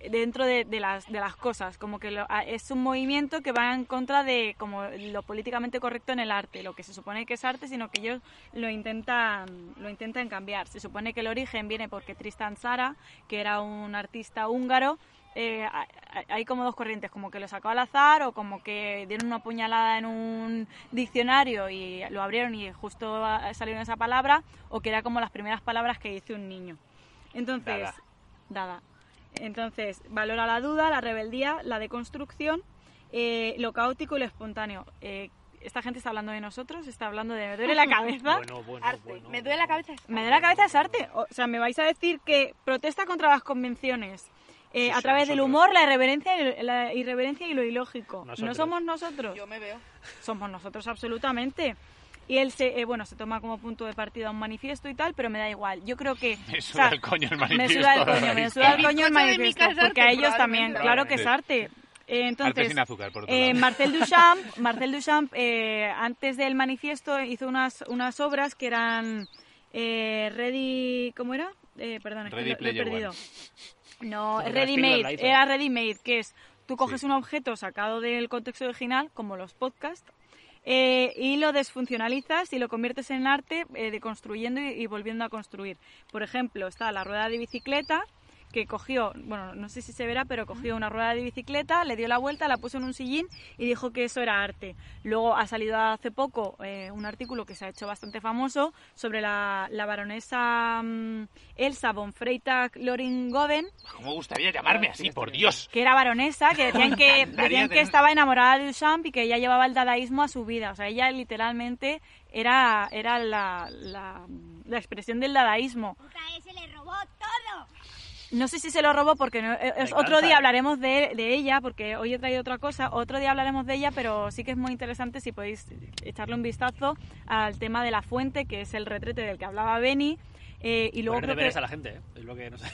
S4: dentro de, de las, de las cosas. Como que lo- a- es un movimiento que va en contra de como lo políticamente correcto en el arte, lo que se supone que es arte, sino que ellos lo intentan, lo intentan cambiar. Se supone que el origen viene porque Tristan Sara, que era un artista húngaro, eh, a- a- hay como dos corrientes, como que lo sacó al azar o como que dieron una puñalada en un diccionario y lo abrieron y justo ah, salieron esa palabra, o que era como las primeras palabras que dice un niño. Entonces,
S3: Dada.
S4: dada. Entonces, valora la duda, la rebeldía, la deconstrucción, eh, lo caótico y lo espontáneo. Eh, esta gente está hablando de nosotros, está hablando de... Me duele la cabeza.
S2: Bueno, bueno,
S1: Arte.
S2: bueno,
S1: me duele la
S2: bueno.
S1: cabeza. es
S4: Me
S1: arte.
S4: da la cabeza es arte. O sea, me vais a decir que protesta contra las convenciones. eh,
S2: Sí,
S4: a
S2: sí,
S4: través del
S2: nosotros.
S4: humor, la irreverencia, y- la irreverencia y lo ilógico. No
S2: Nosotros.
S4: somos nosotros.
S1: Yo me veo.
S4: Somos nosotros absolutamente. Y él se, eh, bueno, se toma como punto de partida un manifiesto y tal, pero me da igual. Yo creo que...
S3: Me
S4: o
S3: suda
S4: sea,
S3: el coño el
S4: me
S3: manifiesto.
S4: suda el
S3: ahora
S4: coño, me
S3: mismo.
S4: suda el coño el
S1: bizcocho de mi
S4: manifiesto,
S1: casa es
S4: porque a
S1: arte,
S4: ellos también,
S1: probablemente.
S4: claro que es arte. Eh,
S3: Arte
S4: Entonces,
S3: sin azúcar, por otro
S4: eh,
S3: lado.
S4: Marcel Duchamp, Marcel Duchamp eh, antes del manifiesto hizo unas, unas obras que eran eh, Ready... ¿Cómo era? Eh, perdón, es que
S3: Ready
S4: lo- lo he
S3: Player
S4: perdido. No,
S2: Porque
S4: Ready
S2: Spielberg la
S4: Made.
S2: hizo.
S4: Era Ready Made, que es tú coges un objeto sacado del contexto original, como los podcasts, eh, y lo desfuncionalizas y lo conviertes en arte, eh, deconstruyendo y, y volviendo a construir. Por ejemplo, está la rueda de bicicleta, que cogió, bueno, no sé si se verá, pero cogió una rueda de bicicleta, le dio la vuelta, la puso en un sillín y dijo que eso era arte. Luego ha salido hace poco eh, un artículo que se ha hecho bastante famoso sobre la, la baronesa mm, Elsa von Freitag-Loringoven,
S3: ¿Cómo gustaría llamarme así, por Dios?
S4: que era baronesa, que decían que, decían que
S3: tener-
S4: estaba enamorada de Duchamp y que ella llevaba el dadaísmo a su vida. O sea, ella literalmente era, era la, la, la expresión del dadaísmo.
S6: se le robó todo.
S4: No sé si se lo robó porque no- eh, es- otro
S2: encanta.
S4: día hablaremos de, de ella, porque hoy he traído otra cosa. Otro día hablaremos de ella, pero sí que es muy interesante si podéis echarle un vistazo al tema de la fuente, que es el retrete del que hablaba Benny. eh, y luego
S2: Poner
S4: creo que-
S2: deberes a la gente, ¿eh? Es lo que no sé.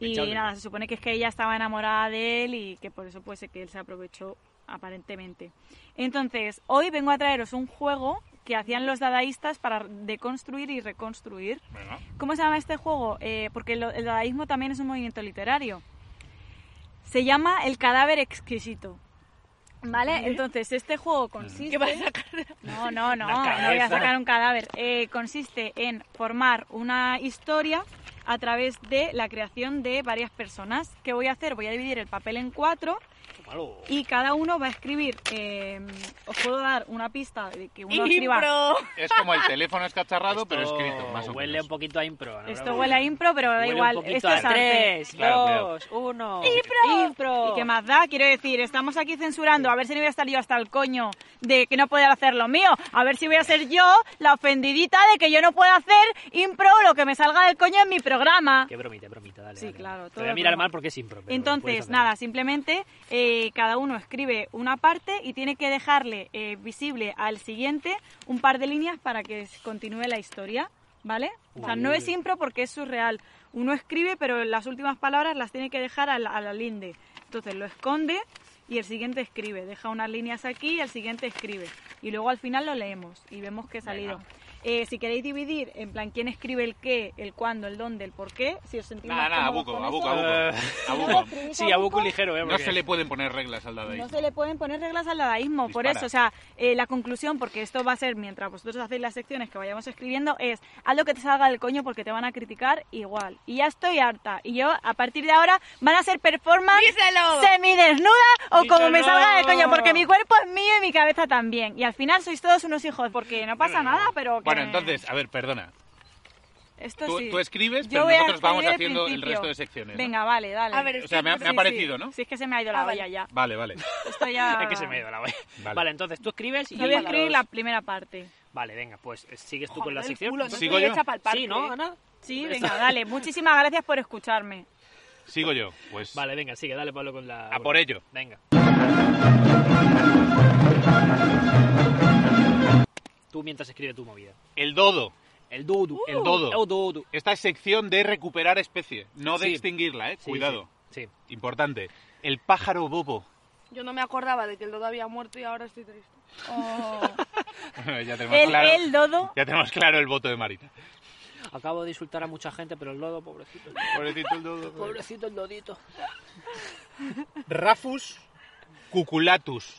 S4: Y
S2: Echadle.
S4: nada, se supone que es que ella estaba enamorada de él y que por eso puede ser que él se aprovechó aparentemente. Entonces, hoy vengo a traeros un juego que hacían los dadaístas para deconstruir y reconstruir.
S3: Bueno,
S4: ¿Cómo se llama este juego? Eh, porque lo- el dadaísmo también es un movimiento literario. Se llama El cadáver exquisito. ¿Vale? Entonces, este juego consiste...
S1: ¿Qué vas a sacar?
S4: No, no, no,
S2: Una
S4: no voy a
S2: cabeza.
S4: sacar un cadáver. Eh, consiste en formar una historia a través de la creación de varias personas. ¿Qué voy a hacer? Voy a dividir el papel en cuatro
S2: Malo.
S4: y cada uno va a escribir. eh, os puedo dar una pista de que uno escriba.
S1: Impro.
S3: es como el teléfono escacharrado, pero
S2: Esto
S3: escrito, más o
S2: Huele
S3: menos.
S2: un poquito a impro. ¿no?
S4: Esto huele a impro, pero da
S2: Huele un
S4: igual.
S2: poquito
S4: Esto
S2: a
S4: es arte.
S2: Tres,
S3: Claro, cuidado.
S2: dos, uno.
S4: ¿Y qué más da? Quiero decir, estamos aquí censurando, a ver si no voy a estar yo hasta el coño de que no pueda hacer lo mío, a ver si voy a ser yo la ofendidita de que yo no pueda hacer impro lo que me salga del coño en mi programa.
S2: Que bromita, bromita, dale.
S4: Sí,
S2: dale.
S4: claro,
S2: Te
S4: todo
S2: voy a
S4: es
S2: mirar
S4: broma.
S2: mal porque es impro. pero puedes
S4: Entonces,
S2: hacerlo.
S4: nada, simplemente eh, cada uno escribe una parte y tiene que dejarle eh, visible al siguiente un par de líneas para que s- continúe la historia, ¿vale? O sea,
S2: Vale.
S4: no es impro porque es surreal. uno escribe, pero las últimas palabras las tiene que dejar a la, a la linde. Entonces lo esconde y el siguiente escribe. Deja unas líneas aquí y el siguiente escribe. Y luego al final lo leemos y vemos que ha salido. Eh, si queréis dividir, en plan, quién escribe el qué, el cuándo, el dónde, el por qué, si os sentís
S3: Nada,
S4: más
S3: nada,
S4: cómodos
S3: abuco,
S4: con
S3: abuco,
S4: eso.
S3: abuco.
S2: Eh,
S3: Abuco.
S2: sí, a Buco ligero, ¿eh?
S3: No
S2: porque-
S3: se le pueden poner reglas al dadaísmo.
S4: No se le pueden poner reglas al dadaísmo, por
S3: Dispara.
S4: eso, o sea, eh, la conclusión, porque esto va a ser mientras vosotros hacéis las secciones que vayamos escribiendo, es haz lo que te salga del coño porque te van a criticar igual. Y ya estoy harta. Y yo, a partir de ahora, van a ser performance
S1: ¡Díselo!
S4: semidesnuda o como me
S2: Díselo.
S4: salga del coño, porque mi cuerpo es mío y mi cabeza también. Y al final sois todos unos hijos, porque no pasa
S2: Bueno,
S4: nada, pero que-
S3: Bueno, entonces, a ver, perdona.
S4: Esto
S3: Tú,
S4: sí.
S3: tú escribes,
S4: Yo
S3: pero
S4: voy a
S3: nosotros vamos
S4: escribir
S3: haciendo el
S4: principio.
S3: resto de secciones. ¿no?
S4: Venga, vale, dale.
S1: A ver, es
S3: O sea,
S1: que-
S3: me ha, me ha
S4: Sí,
S3: parecido,
S4: sí.
S3: ¿no?
S4: Si es que se me ha ido la
S1: Ah, vale.
S4: olla ya.
S3: Vale, vale.
S4: Esto ya...
S2: Es que se me ha ido la web.
S3: Vale.
S2: Vale. entonces tú escribes y...
S4: Ah. Yo voy a escribir la
S2: los-
S4: primera parte.
S2: Vale, venga, pues eh, sigues tú
S1: Joder,
S2: con la
S1: el
S2: sección.
S1: culo, no
S2: entonces.
S3: ¿Sigo
S1: estoy
S3: yo?
S1: hecha pa'l parque. ¿eh?
S2: Sí, ¿no, Ana?
S4: Sí, venga, dale. Muchísimas gracias por escucharme.
S3: Sigo yo. Pues
S2: Vale, venga, sigue, dale Pablo con la...
S3: a por ello.
S2: Venga.
S4: Uh.
S2: Tú mientras escribe tu movida.
S3: El dodo.
S2: El dudu.
S4: Uh.
S3: El dodo.
S2: El dudu.
S3: Esta es sección de recuperar especie, no de
S2: Sí.
S3: extinguirla, ¿eh?
S2: Sí,
S3: Cuidado.
S2: Sí. sí.
S3: Importante. El pájaro bobo.
S1: Yo no me acordaba de que el dodo había muerto y ahora estoy triste.
S4: Oh.
S3: ya tenemos
S4: El,
S3: claro.
S4: el dodo.
S3: Ya tenemos claro el voto de Marita.
S2: Acabo de insultar a mucha gente, pero el lodo, pobrecito.
S3: Pobrecito el dodo.
S2: Pobrecito el lodito.
S3: Rafus cuculatus.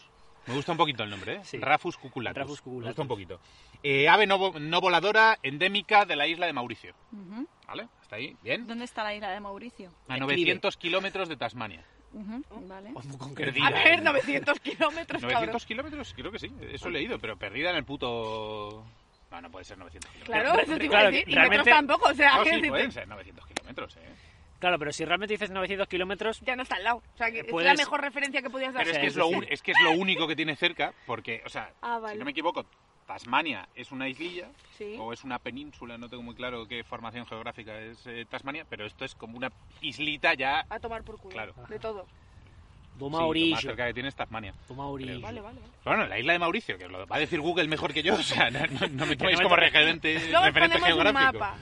S3: Me gusta un poquito el nombre, ¿eh?
S2: Sí.
S3: Rafus cuculatus.
S2: Rafus cuculatus.
S3: Me gusta un poquito. Eh, ave no, vo- no voladora endémica de la isla de Mauricio.
S4: Ujú.
S3: ¿Vale? ¿Está ahí? Bien.
S4: ¿Dónde está la isla de Mauricio?
S3: A
S2: Escribe.
S3: 900 kilómetros de Tasmania.
S4: Ujú, Vale.
S3: Perdida.
S1: A ver, 900
S2: Pues
S1: kilómetros, cabrón.
S3: 900 kilómetros, creo que sí. Eso he leído, pero perdida en el puto... No, no puede ser 900 kilómetros.
S1: Claro, eso te iba a
S2: Claro,
S1: decir. Y
S2: realmente-
S1: metros tampoco, o sea,
S3: No,
S1: que
S3: sí,
S1: decirte,
S3: pueden ser 900 kilómetros, ¿eh?
S2: Claro, pero si realmente dices 900 kilómetros,
S1: ya no está al lado. O sea, que es la
S2: Puedes-
S1: mejor referencia que podías dar.
S3: Pero es que es,
S2: eso
S3: lo,
S2: sí.
S3: un- es que es lo único que tiene cerca, porque, o sea,
S4: Ah, vale.
S3: si no me equivoco, Tasmania es una islilla
S4: Sí.
S3: o es una península, no tengo muy claro qué formación geográfica es eh, Tasmania, pero esto es como una islita ya.
S1: A tomar por culo.
S3: Claro.
S1: De todo.
S3: sí,
S2: toma
S3: lo más
S2: orillo.
S3: cerca que tiene es Tasmania.
S2: Toma orillo.
S1: Vale, vale. vale.
S3: Bueno, la isla de Mauricio, que lo va a decir Google mejor que yo, o sea, no, no- no me toméis
S2: me
S3: como
S2: tomes.
S3: referente,
S1: Luego os
S3: referente
S1: ponemos un
S3: geográfico.
S1: mapa.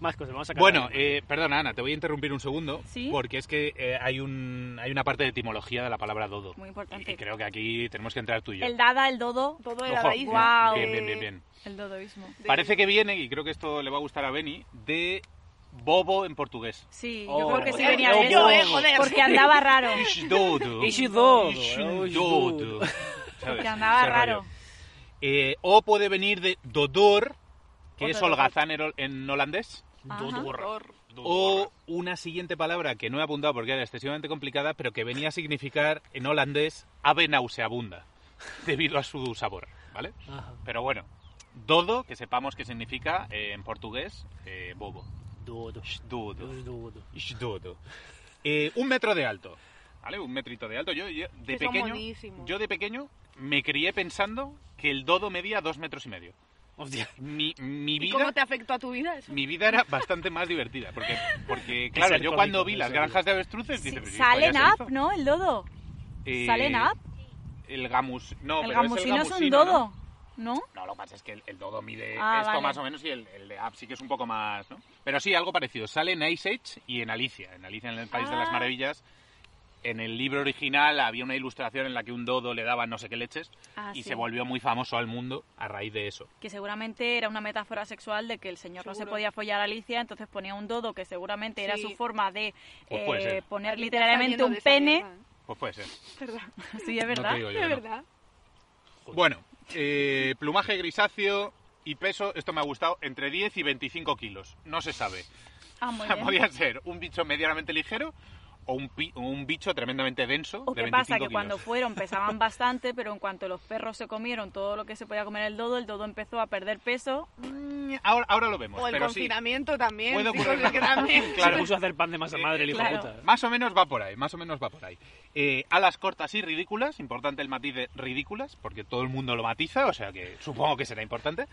S2: Más cosas, vamos a sacar
S3: Bueno,
S2: algo.
S3: eh, perdona Ana, te voy a interrumpir un segundo,
S4: Sí.
S3: porque es que eh, hay, un, hay una parte de etimología de la palabra dodo.
S4: Muy importante.
S3: Y, y creo que aquí tenemos que entrar tú y yo.
S4: El dada, el dodo.
S1: Todo era
S3: Ojo,
S1: la isla.
S4: Guau.
S3: Bien, bien, bien, bien.
S4: El dodoísmo.
S1: de-
S3: Parece que viene, y creo que esto le va a gustar a Benny, de bobo en portugués.
S4: Sí, yo
S2: Oh,
S4: creo que sí
S1: eh,
S4: venía
S1: yo,
S4: de eso.
S1: eh, joder.
S4: Porque andaba raro.
S3: Ishdodo.
S2: Ishdodo,
S3: Ishdodo.
S2: Ishdodo.
S3: ¿Sabes?
S4: Que andaba
S3: Ese
S4: raro.
S3: rollo. Eh, o puede venir de dodor, que
S4: O
S3: es
S4: dodor.
S3: holgazán en hol- en holandés.
S4: Ajá.
S2: Dodor.
S3: O una siguiente palabra que no he apuntado porque era excesivamente complicada, pero que venía a significar en holandés ave nauseabunda, debido a su sabor, ¿vale?
S2: Ajá.
S3: Pero bueno, dodo, que sepamos que significa eh, en portugués eh, bobo.
S2: Dodo.
S3: Dodo.
S2: Dodo.
S3: Ishdodo. Eh, un metro de alto. ¿Vale? Un metrito de alto. Yo, yo de
S1: Que son
S3: pequeño.
S1: monísimos.
S3: Yo de pequeño me crié pensando que el dodo medía dos metros y medio.
S2: Hostia.
S3: Mi, mi
S1: ¿Y cómo
S3: vida.
S1: te afectó a tu vida eso?
S3: Mi vida era bastante más divertida, porque, porque claro,
S2: ser
S3: yo
S2: cómico,
S3: cuando vi
S2: ¿no?
S3: las
S2: Eso,
S3: granjas de avestruces,
S4: Sí,
S3: dice, "Pues pero si esto ya
S4: salen
S3: se
S4: up,
S3: hizo.
S4: ¿no? El dodo.
S3: Eh,
S4: ¿Salen up?
S3: El gamus, no,
S4: el
S3: pero
S4: gamusino
S3: es,
S4: es
S3: el
S4: un
S3: gamusino, ¿no?
S4: dodo, ¿no?
S3: No, lo que pasa es que el, el dodo mide
S4: Ah,
S3: esto
S4: vale.
S3: más o menos y el, el de App sí que es un poco más, ¿no? Pero sí, algo parecido. Sale en Ice Age y en Alicia, en Alicia en el País de las
S4: Ah.
S3: Maravillas. En el libro original había una ilustración en la que un dodo le daba no sé qué leches
S4: Ah,
S3: y
S4: sí.
S3: se volvió muy famoso al mundo a raíz de eso.
S4: Que seguramente era una metáfora sexual de que el señor no se
S1: Seguro.
S4: podía follar a Alicia, entonces ponía un dodo que seguramente era
S1: Sí.
S4: su forma de eh,
S3: Pues puede ser.
S4: poner
S1: Está
S4: literalmente
S1: lleno de
S4: un
S1: esa
S4: pene.
S1: mierda, ¿eh?
S3: Pues puede ser.
S1: Verdad.
S4: Sí, es
S3: No
S4: verdad.
S3: te digo yo
S1: De
S3: que no.
S1: verdad.
S3: Bueno, eh, plumaje grisáceo y peso, esto me ha gustado, entre 10 y 25 kilos. No se sabe.
S4: Ah, muy bien.
S3: Podía ser un bicho medianamente ligero o un, pi- o un bicho tremendamente denso.
S4: ¿O
S3: de
S4: qué pasa?
S3: 25
S4: Que cuando
S3: kilos.
S4: fueron pesaban bastante, pero en cuanto los perros se comieron todo lo que se podía comer el dodo, el dodo empezó a perder peso.
S3: Mm, Ahora, ahora lo vemos,
S1: O el
S3: pero sí.
S1: confinamiento también.
S3: Puede
S1: chicos,
S3: ocurrir.
S1: es que también.
S3: Claro. Eh,
S2: Se puso a hacer pan de masa madre el hijo de
S4: Claro.
S2: puta. ¿eh?
S3: Más o menos va por ahí, más o menos va por ahí. Eh, alas cortas y ridículas, importante el matiz de ridículas, porque todo el mundo lo matiza, o sea que supongo que será importante.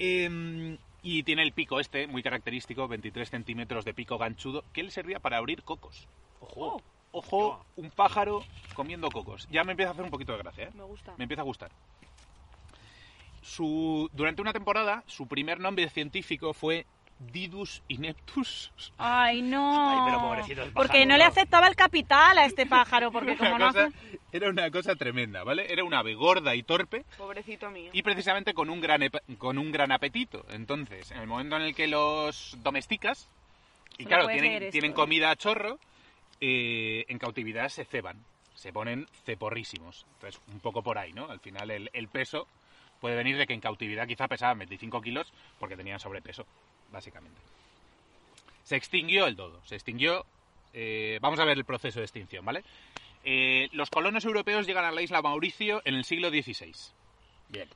S3: Eh, y tiene el pico este, muy característico, 23 centímetros de pico ganchudo, que le servía para abrir cocos. Oh.
S2: Ojo.
S3: Ojo, un pájaro comiendo cocos. Ya me empieza a hacer un poquito de gracia, ¿eh?
S1: Me gusta.
S3: Me empieza a gustar. Su, durante una temporada, su primer nombre científico fue Didus y Neptus.
S4: Ay, no.
S2: Ay, pero pobrecito el
S4: porque
S2: pájaro,
S4: no le
S2: ¿no?
S4: aceptaba el capital a este pájaro, porque
S3: Era
S4: como no
S3: una, cosa,
S4: hace...
S3: era una cosa tremenda, ¿vale? Era una ave gorda y torpe
S1: Pobrecito mío.
S3: y precisamente con un gran, ep- con un gran apetito. Entonces, en el momento en el que los domesticas, y
S4: No
S3: claro,
S4: puede ser
S3: tienen,
S4: esto,
S3: tienen
S4: ¿eh?
S3: comida a chorro, eh, en cautividad se ceban, se ponen ceporrísimos. Entonces, un poco por ahí, ¿no? Al final el, el peso puede venir de que en cautividad quizá pesaban 25 kilos porque tenían sobrepeso, básicamente. Se extinguió el dodo, se extinguió... eh, vamos a ver el proceso de extinción, ¿vale? Eh, los colonos europeos llegan a la isla Mauricio en el siglo XVI. Bien.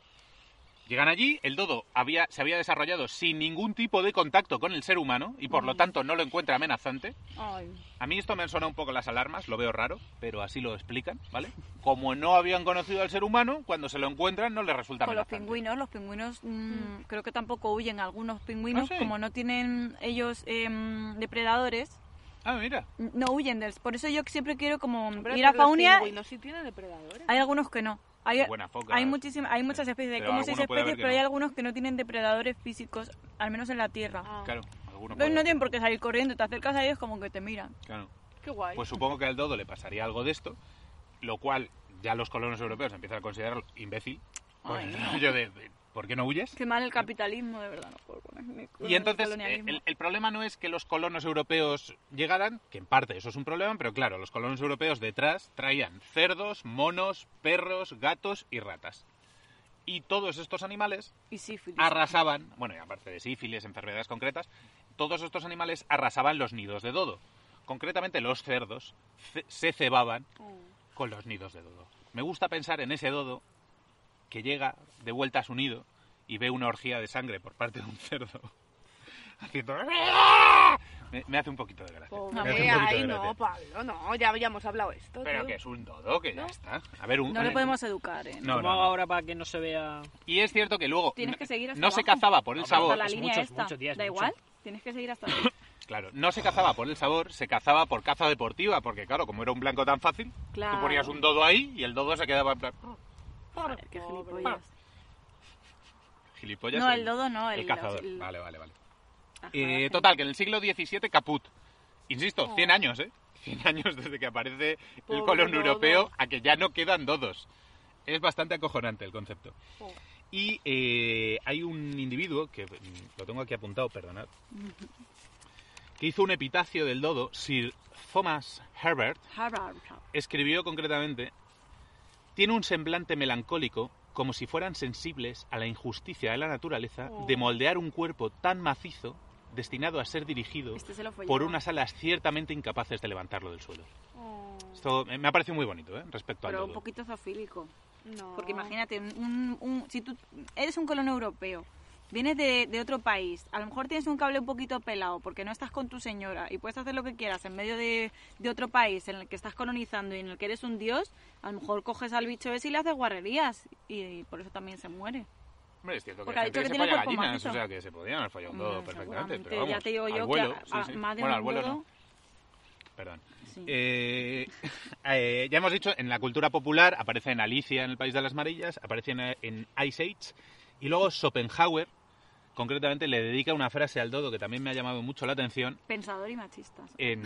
S3: Llegan allí, el dodo había, se había desarrollado sin ningún tipo de contacto con el ser humano y
S4: Mm.
S3: por lo tanto no lo encuentra amenazante.
S4: Ay.
S3: A mí esto me han sonado un poco las alarmas, lo veo raro, pero así lo explican, ¿vale? Como no habían conocido al ser humano, cuando se lo encuentran no les resulta
S4: Con los
S3: amenazante.
S4: pingüinos, los pingüinos mm, creo que tampoco huyen. Algunos pingüinos,
S3: Ah, ¿sí?
S4: como no tienen ellos em, depredadores,
S3: Ah, mira.
S4: no huyen. Del... Por eso yo siempre quiero como
S1: Hombre,
S4: ir a
S1: pero los
S4: Faunia.
S1: pingüinos sí tienen depredadores.
S4: Hay algunos que no. Hay,
S3: Buena foca. ¿eh?
S4: hay, muchísimas, hay muchas especies, hay
S3: Pero
S4: como seis
S3: alguno puede
S4: especies,
S3: haber que
S4: pero hay
S3: no.
S4: algunos que no tienen depredadores físicos, al menos en la Tierra.
S1: Ah,
S3: Claro, alguno
S4: Entonces
S3: puede-
S4: no tienen por qué salir corriendo, te acercas a ellos como que te miran.
S3: claro.
S1: Qué guay.
S3: Pues supongo que al dodo le pasaría algo de esto, lo cual ya los colonos europeos empiezan a considerarlo imbécil. Por
S4: Ay,
S3: el
S4: no.
S3: rollo de, de, ¿por qué no huyes?
S4: Qué mal el capitalismo, de verdad, no puedo con el- con el
S3: Y entonces eh,
S4: colonialismo.
S3: el, el problema no es que los colonos europeos llegaran, que en parte eso es un problema, pero claro, los colonos europeos detrás traían cerdos, monos, perros, gatos y ratas. Y todos estos animales
S4: Y sífilis.
S3: arrasaban, bueno, y aparte de sífilis, enfermedades concretas, todos estos animales arrasaban los nidos de dodo. Concretamente los cerdos ce- se cebaban
S1: Oh,
S3: con los nidos de dodo. Me gusta pensar en ese dodo que llega de vuelta a su nido y ve una orgía de sangre por parte de un cerdo. Haciendo... ¡Ah! Me, me hace un poquito de gracia.
S1: Pobre,
S3: Me hace un poquito de
S1: ahí no,
S3: gracia.
S1: Pablo, no, ya habíamos hablado esto.
S3: Pero
S1: tío.
S3: que es un dodo, que ya está. A ver, un...
S4: No le podemos educar, ¿eh?
S3: No,
S2: ¿Cómo
S3: no,
S2: hago
S3: no.
S2: ahora para que no se vea?
S3: Y es cierto que luego
S4: Tienes que seguir hasta
S3: no se
S4: abajo.
S3: cazaba por el
S2: Hasta
S3: sabor.
S4: Hasta la
S2: es
S4: línea
S2: mucho, es
S4: esta.
S2: mucho, tía, es
S4: da
S2: mucho.
S4: igual, tienes que seguir hasta ahí.
S3: Claro, no se cazaba por el sabor, se cazaba por caza deportiva, porque claro, como era un blanco tan fácil,
S4: Claro.
S3: tú ponías un dodo ahí y el dodo se quedaba en plan, "Oh,
S4: Joder, qué gilipollas.
S3: gilipollas.
S4: No, el dodo no, el,
S3: El cazador.
S4: el-
S3: Vale, vale, vale.
S4: Ajá,
S3: Eh,
S4: sí.
S3: total, que en el siglo XVII caput. Insisto, 100 años, ¿eh? 100 años desde que aparece el
S1: Pobre
S3: colon
S1: dodo.
S3: europeo a que ya no quedan dodos. Es bastante acojonante el concepto.
S1: Joder.
S3: Y eh, hay un individuo, que mm, lo tengo aquí apuntado, perdonad, que hizo un epitacio del dodo, Sir Thomas Herbert,
S4: Harvard.
S3: escribió concretamente, tiene un semblante melancólico como si fueran sensibles a la injusticia de la naturaleza
S4: Oh.
S3: de moldear un cuerpo tan macizo destinado a ser dirigido
S4: Este se lo folló.
S3: por unas alas ciertamente incapaces de levantarlo del suelo.
S1: Oh,
S3: Esto me me ha parecido muy bonito, ¿eh? Respecto al
S4: Pero un
S3: dodo.
S4: poquito zoofílico.
S1: No.
S4: Porque imagínate, un, un- si tú eres un colono europeo, vienes de, de otro país, a lo mejor tienes un cable un poquito pelado porque no estás con tu señora y puedes hacer lo que quieras en medio de, de otro país en el que estás colonizando y en el que eres un dios, a lo mejor coges al bicho ese y le haces guarrerías y, por eso también se muere.
S3: Hombre, es cierto que
S4: Porque ha
S3: hay gente
S4: dicho
S3: que,
S4: que
S3: se
S4: tiene
S3: falla
S4: cuerpo
S3: gallinas,
S4: macizo.
S3: o sea que se podían haber fallado un dodo
S4: Mm,
S3: perfectamente,
S4: seguramente.
S3: pero vamos,
S4: ya te digo
S3: al
S4: yo
S3: vuelo,
S4: que a-
S3: sí,
S4: a-
S3: sí.
S4: más de
S3: Bueno, al
S4: un
S3: vuelo
S4: dodo-
S3: no, perdón.
S4: Sí.
S3: Eh, eh, ya hemos dicho, en la cultura popular aparece en Alicia en el País de las Maravillas, aparece en, en Ice Age, y luego Schopenhauer, concretamente, le dedica una frase al dodo que también me ha llamado mucho la atención.
S4: Pensador y machista.
S3: En,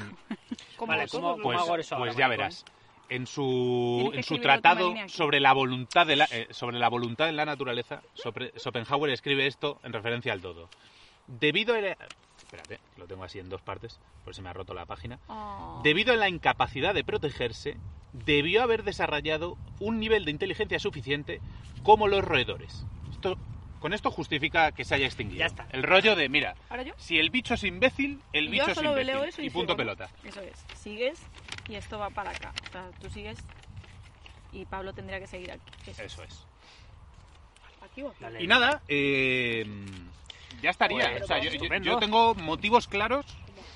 S1: Como
S2: Vale,
S1: todos
S2: ¿cómo-
S1: los
S2: cómo
S3: pues
S2: hago eso ahora,
S3: pues ya
S2: maricón?
S3: verás. En su,
S4: Tienes que
S3: en su
S4: escribir otra
S3: tratado
S4: línea aquí.
S3: sobre la voluntad de la, eh, sobre la voluntad en la naturaleza, sobre- Schopenhauer escribe esto en referencia al dodo. Debido a la- Espérate, lo tengo así en dos partes, por si me ha roto la página.
S4: Oh.
S3: Debido a la incapacidad de protegerse, debió haber desarrollado un nivel de inteligencia suficiente como los roedores. Esto, con esto justifica que se haya extinguido.
S2: Ya está.
S3: El rollo de, mira,
S1: ¿Ahora yo?
S3: si el bicho es imbécil, el
S1: Yo
S3: bicho es
S1: solo
S3: imbécil.
S1: leo eso y
S3: y
S1: sigo,
S3: punto
S1: ¿no?
S3: pelota.
S4: Eso es. Sigues y esto va para acá. O sea, tú sigues y Pablo tendría que seguir aquí. Eso.
S3: Eso es.
S1: Aquí o aquí.
S2: Dale.
S3: Y nada, eh, ya estaría.
S2: Pues,
S3: O sea, yo, yo-
S2: estupendo.
S3: yo tengo motivos claros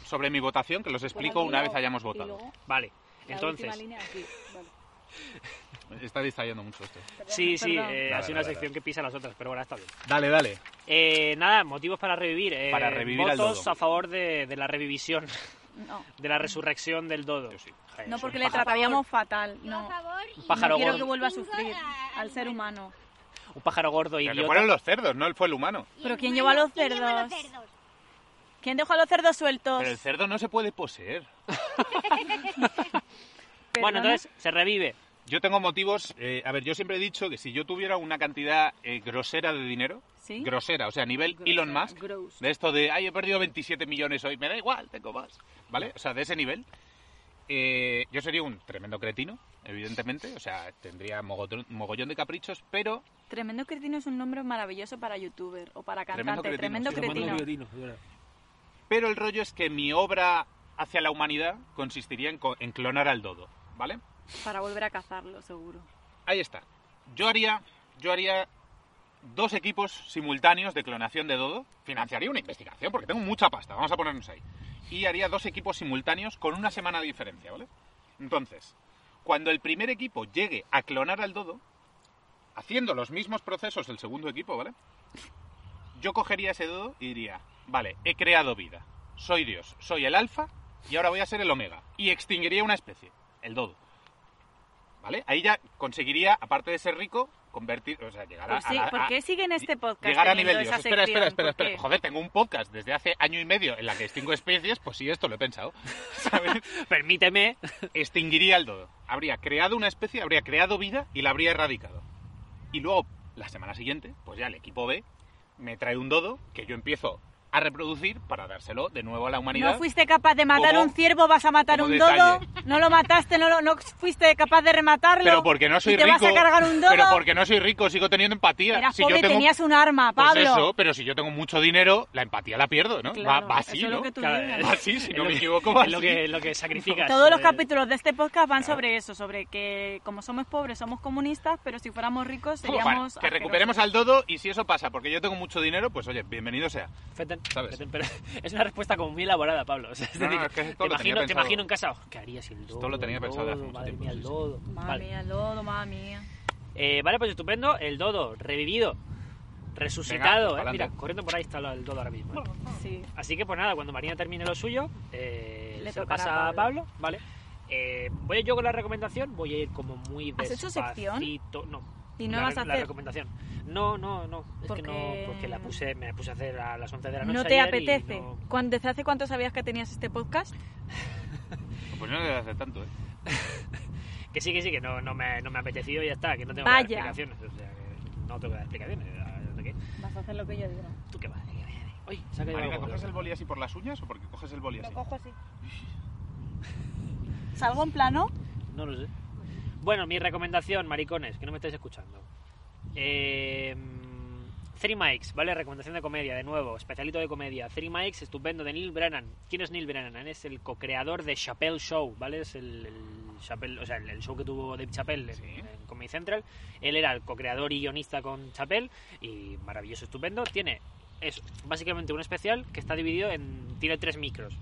S3: sobre mi votación que los explico
S4: Bueno, y
S3: una vez
S4: luego-
S3: hayamos
S4: y
S3: votado.
S4: luego
S2: Vale,
S4: la última
S2: entonces,
S4: línea aquí. Vale.
S3: Está distrayendo mucho esto.
S2: sí, sí,
S4: Perdón.
S2: eh,
S3: Nada,
S2: ha sido una
S3: nada,
S2: sección que pisa las otras, pero bueno, está bien.
S3: Dale, dale.
S2: Eh, nada, motivos para revivir. eh,
S3: Para revivir al
S2: votos
S3: dodo.
S2: a favor de, de la revivisión,
S4: No.
S2: de la resurrección del dodo.
S3: Yo sí.
S2: Joder,
S4: No,
S2: es
S4: porque
S2: un
S4: le
S2: pájaro.
S4: trataríamos fatal.
S6: Yo
S4: No.
S6: a favor y
S2: Un pájaro
S4: no quiero
S2: gordo.
S4: que vuelva a sufrir al ser humano.
S2: Un pájaro gordo
S3: Pero que
S2: idiota.
S3: fueron los cerdos, no fue el humano.
S6: y
S4: Pero
S6: el
S4: ¿quién lleva
S6: humano.
S4: los
S6: ¿Quién lleva los
S4: cerdos?
S6: cerdos?
S4: ¿Quién dejó a los cerdos sueltos?
S3: Pero el cerdo no se puede poseer.
S2: Bueno,
S4: Perdona.
S2: entonces se revive.
S3: Yo tengo motivos. eh, a ver, yo siempre he dicho que si yo tuviera una cantidad eh, grosera de dinero,
S4: ¿Sí?
S3: grosera, o sea, a nivel
S4: Grosera,
S3: Elon Musk,
S4: gross.
S3: de esto de, ay, he perdido 27 millones hoy, me da igual, tengo más, ¿vale? O sea, de ese nivel, eh, yo sería un tremendo cretino, evidentemente, o sea, tendría mogollón, mogollón de caprichos, pero
S4: Tremendo Cretino es un nombre maravilloso para youtuber o para
S3: Tremendo
S4: cantante. Tremendo
S3: Cretino, sí.
S4: Cretino.
S3: Tremendo
S2: Cretino, es verdad.
S3: Pero el rollo es que mi obra hacia la humanidad consistiría en, co- en clonar al dodo, ¿vale?
S4: Para volver a cazarlo, seguro.
S3: Ahí está. Yo haría, yo haría dos equipos simultáneos de clonación de dodo. Financiaría una investigación porque tengo mucha pasta. Vamos a ponernos ahí. Y haría dos equipos simultáneos con una semana de diferencia, ¿vale? Entonces, cuando el primer equipo llegue a clonar al dodo, haciendo los mismos procesos el segundo equipo, ¿vale? Yo cogería ese dodo y diría, vale, he creado vida. Soy Dios, soy el alfa y ahora voy a ser el omega. Y extinguiría una especie, el dodo. ¿Vale? Ahí ya conseguiría, aparte de ser rico, convertir, o sea, llegar a,
S4: Pues sí,
S3: a la-
S4: ¿Por
S3: a-
S4: qué siguen este podcast?
S3: llegar a
S4: teniendo
S3: nivel Dios.
S4: esa
S3: Espera, espera,
S4: sección?
S3: espera,
S4: ¿Por
S3: espera.
S4: qué?
S3: Joder, tengo un podcast desde hace año y medio en la que extingo especies, pues sí, esto lo he pensado. ¿sabes?
S2: Permíteme.
S3: Extinguiría el dodo. Habría creado una especie, habría creado vida y la habría erradicado. Y luego, la semana siguiente, pues ya el equipo B me trae un dodo que yo empiezo a reproducir para dárselo de nuevo a la humanidad.
S4: No fuiste capaz de matar
S3: Como-
S4: un ciervo, vas a matar
S3: como
S4: un dodo.
S3: detalle.
S4: No lo mataste, no, lo- no fuiste capaz de rematarlo.
S3: Pero porque no soy
S4: y te
S3: rico.
S4: vas a cargar un dodo.
S3: Pero porque no soy rico, sigo teniendo empatía.
S4: Eras
S3: si
S4: pobre
S3: yo
S4: y
S3: tengo...
S4: tenías un arma,
S3: Pues
S4: Pablo.
S3: eso, pero si yo tengo mucho dinero, la empatía la pierdo, ¿no?
S4: Claro,
S3: va, va así,
S4: eso es lo
S3: ¿no?
S4: que tú
S2: Claro,
S4: digas.
S2: es-
S3: Va así, si
S2: es
S3: Ah, no
S2: lo
S3: me
S2: que-
S3: equivoco, va
S2: Es lo
S3: así. Ah.
S2: que, lo que sacrificas.
S4: Todos los
S2: eh,
S4: capítulos de este podcast van sobre eso, sobre que como somos pobres somos comunistas, pero si fuéramos ricos
S3: Bueno,
S4: seríamos...
S3: que recuperemos al dodo y si eso pasa porque yo tengo mucho dinero, pues oye, bienvenido sea.
S2: Feten,
S3: ¿Sabes?
S2: Feten, pero es una respuesta como muy elaborada, Pablo. O sea, es
S3: No,
S2: decir,
S3: no, es que esto
S2: te,
S3: lo tenía
S2: imagino, te
S3: pensado.
S2: imagino en casa, oh, ¿qué harías el dodo?
S3: Esto lo tenía
S2: el
S3: pensado hace
S2: dodo,
S3: mucho
S2: madre
S3: tiempo,
S2: mía,
S3: sí,
S2: el
S3: sí.
S2: dodo.
S4: Madre
S2: Vale.
S4: mía, el lodo, madre mía.
S2: Eh, vale, pues estupendo. El dodo revivido, resucitado.
S3: Venga, pues,
S2: eh. Mira,
S3: pa'lante.
S2: corriendo por ahí está lo- el dodo ahora mismo. eh.
S4: Sí.
S2: Así que pues nada, cuando Marina termine lo suyo, eh,
S4: Le
S2: se lo
S4: tocará
S2: pasa
S4: a
S2: a Pablo, ¿vale? Eh, voy yo con la recomendación, voy a ir como muy
S4: ¿Has hecho
S2: despacito.
S4: sección?
S2: No.
S4: ¿Y no
S2: la,
S4: vas a
S2: la
S4: hacer?
S2: recomendación. No, no, no. Es
S4: Porque-
S2: que no, porque la puse, me la puse a hacer a las 11 de la noche.
S4: ¿No te
S2: ayer y
S4: apetece?
S2: no-
S4: ¿Cuándo- ¿Desde hace cuánto sabías que tenías este podcast?
S3: Pues no le hace tanto, ¿eh?
S2: Que sí, que sí, que no, no, me, no me ha apetecido y ya está, que no tengo que
S4: Vaya.
S2: dar explicaciones. O sea, que no tengo que dar explicaciones. ¿de qué?
S4: Vas a hacer lo que yo digo.
S2: ¿Tú qué vas? ¿Qué vas? Oye, saca yo
S3: Marina,
S2: algo.
S3: ¿coges el boli así por las uñas o porque coges el boli así?
S1: Lo cojo así.
S4: ¿Salgo en plano?
S2: No lo sé. Bueno, mi recomendación, maricones, que no me estáis escuchando. Eh, mm, Three Mikes, ¿vale? Recomendación de comedia, de nuevo, especialito de comedia. Three Mikes, estupendo, de Neil Brennan. ¿Quién es Neil Brennan? Es el co-creador de Chappelle Show, ¿vale? Es el, el Chappelle- o sea, el, el show que tuvo Dave Chappelle en,
S3: Sí.
S2: en Comedy Central. Él era el co-creador y guionista con Chappelle y maravilloso, estupendo. Tiene, es básicamente un especial que está dividido en, tiene tres micros.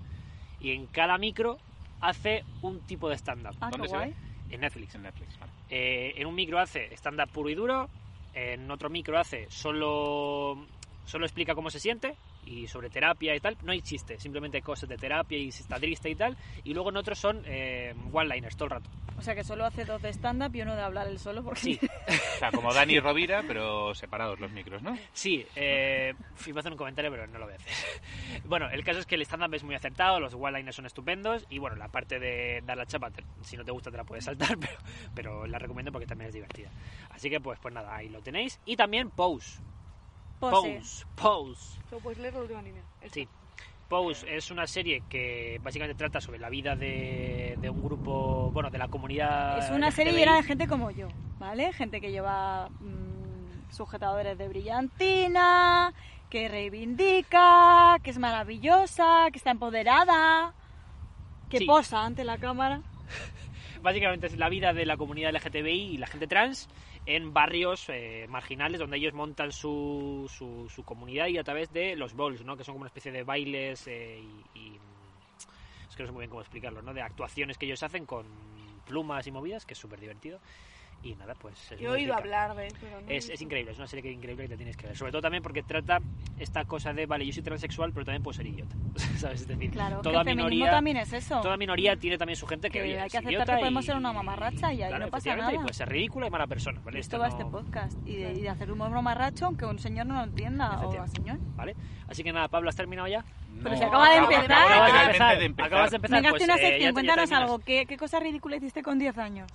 S2: Y en cada micro hace un tipo de stand-up.
S4: Ah,
S3: ¿Dónde
S4: qué
S3: se
S4: guay.
S2: En Netflix.
S3: En Netflix, vale.
S2: Eh, en un micro hace estándar puro y duro, en otro micro hace solo, solo explica cómo se siente y sobre terapia y tal. No hay chiste, simplemente cosas de terapia y si está triste y tal. Y luego en otros son eh, one-liners todo el rato.
S4: O sea que solo hace dos de stand-up y uno de hablar él solo porque...
S2: Sí,
S3: O sea, como Dani Rovira, pero separados los micros, ¿no?
S2: sí. Eh, fui a hacer un comentario, pero no lo voy a hacer. Bueno, el caso es que el stand-up es muy acertado, los one-liners son estupendos y bueno, la parte de dar la chapa, te- si no te gusta te la puedes saltar, pero, pero la recomiendo porque también es divertida. Así que pues, pues nada, ahí lo tenéis. Y también Pose.
S4: Pose.
S2: Pose. Pose.
S1: Solo puedes pues, leer la última línea.
S2: Sí. Pose es una serie que básicamente trata sobre la vida de, de un grupo, bueno, de la comunidad.
S4: Es una serie
S2: LGTBI.
S4: llena de gente como yo, ¿vale? Gente que lleva mm, sujetadores de brillantina, que reivindica, que es maravillosa, que está empoderada, que
S2: Sí.
S4: posa ante la cámara.
S2: Básicamente es la vida de la comunidad LGTBI y la gente trans en barrios eh, marginales donde ellos montan su, su, su comunidad y a través de los bowls, ¿no? Que son como una especie de bailes eh, y, y, mm, Es que no sé muy bien cómo explicarlo, ¿no? De actuaciones que ellos hacen con plumas y movidas, que es súper divertido. Y nada, pues. es
S1: Yo he
S2: muy
S1: oído
S2: rica.
S1: hablar de eso. pero no he
S2: Es, es
S1: visto.
S2: increíble, es una serie que increíble que te tienes que ver. Sobre todo también porque trata esta cosa de, vale, yo soy transexual, pero también puedo ser idiota. ¿Sabes? Es decir,
S7: Claro,
S2: toda
S7: que el feminismo
S2: minoría.
S7: también es eso.
S2: Toda minoría tiene también su gente que,
S7: Que
S2: oye,
S7: hay
S2: es
S7: que aceptar
S2: idiota
S7: que podemos
S2: y-
S7: ser una mamarracha y ahí
S2: claro,
S7: no pasa
S2: efectivamente,
S7: nada.
S2: Y puede ser ridícula y mala persona. ¿vale?
S7: Esto
S2: Esto
S7: va a
S2: no-
S7: este podcast. Y de, y de hacer humor mamarracho, aunque un señor no lo entienda o a
S2: Efectivamente.
S7: señor.
S2: ¿Vale? Así que nada, Pablo, ¿has terminado ya?
S7: Pero
S3: No,
S7: se acaba de
S3: acabas-
S7: empezar.
S2: Acabas de
S3: acabas literalmente
S2: empezar.
S3: de empezar.
S2: Acabas de empezar.
S7: Ah, Venga,
S2: pues,
S7: hazte una
S2: eh, ya-
S7: sección,
S2: ya
S7: cuéntanos
S2: terminas.
S7: algo. ¿Qué, qué cosa ridícula hiciste con 10 años?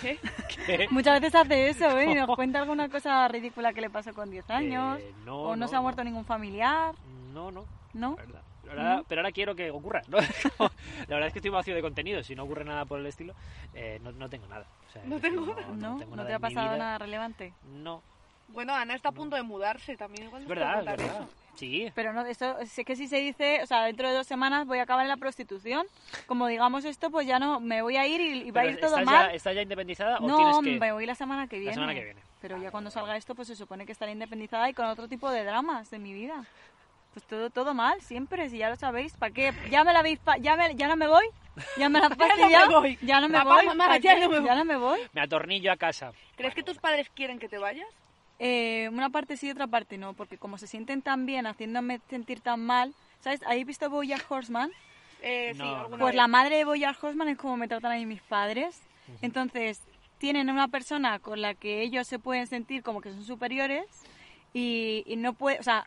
S1: ¿Qué?
S2: ¿Qué?
S7: Muchas veces hace eso, ¿eh? Y nos cuenta alguna cosa ridícula que le pasó con 10 años.
S2: Eh, no,
S7: o no, se ha muerto ningún familiar,
S2: No, no,
S7: ¿no?
S2: la verdad. La verdad-
S7: Ujú.
S2: Pero ahora quiero que ocurra. ¿no? la verdad es que estoy vacío de contenido. Si no ocurre nada por el estilo, eh, no, no tengo nada. O sea,
S1: No
S2: es decir,
S1: tengo-
S2: no, no
S7: No,
S2: tengo
S7: no
S2: nada
S7: te ha
S2: en mi
S7: pasado
S2: vida.
S7: nada relevante.
S2: No,
S1: Bueno, Ana está a punto de mudarse también. Igual
S2: es
S1: nos
S2: verdad, es
S1: puede contar
S2: verdad.
S1: eso.
S2: Sí,
S7: Pero no, eso, si es que si se dice, o sea, dentro de dos semanas voy a acabar en la prostitución, como digamos esto, pues ya no, me voy a ir y, y va a
S2: Pero
S7: ir todo
S2: ¿estás
S7: mal.
S2: Ya, ¿Estás ya independizada o
S7: No,
S2: tienes que...?
S7: me voy la semana que viene.
S2: semana que viene.
S7: Pero
S2: Vale,
S7: ya cuando
S2: vale,
S7: salga
S2: vale.
S7: esto, pues se supone que estaré independizada y con otro tipo de dramas de mi vida. Pues todo, todo mal, siempre, si ya lo sabéis. ¿Para qué? ¿Ya me la habéis... fa- ¿Ya, me- ya no me voy? ¿Ya me la has
S1: Ya no me
S7: fastidiado?
S1: voy.
S7: ¿Ya no me
S1: Papá,
S7: voy?
S1: mamá,
S7: ¿Para
S1: ya
S7: qué?
S1: no me voy.
S7: ¿Ya no me voy?
S2: Me atornillo a casa.
S1: ¿Crees que tus padres quieren que te vayas?
S7: Eh, una parte sí, otra parte no, porque como se sienten tan bien haciéndome sentir tan mal... ¿Sabes? ¿Habéis visto Bojack Horseman?
S1: Eh, sí,
S2: No,
S1: alguna
S7: Pues
S1: vez.
S7: la madre de Boyar Horseman es como me tratan a mí mis padres. Entonces, tienen una persona con la que ellos se pueden sentir como que son superiores y, y no puede, o sea,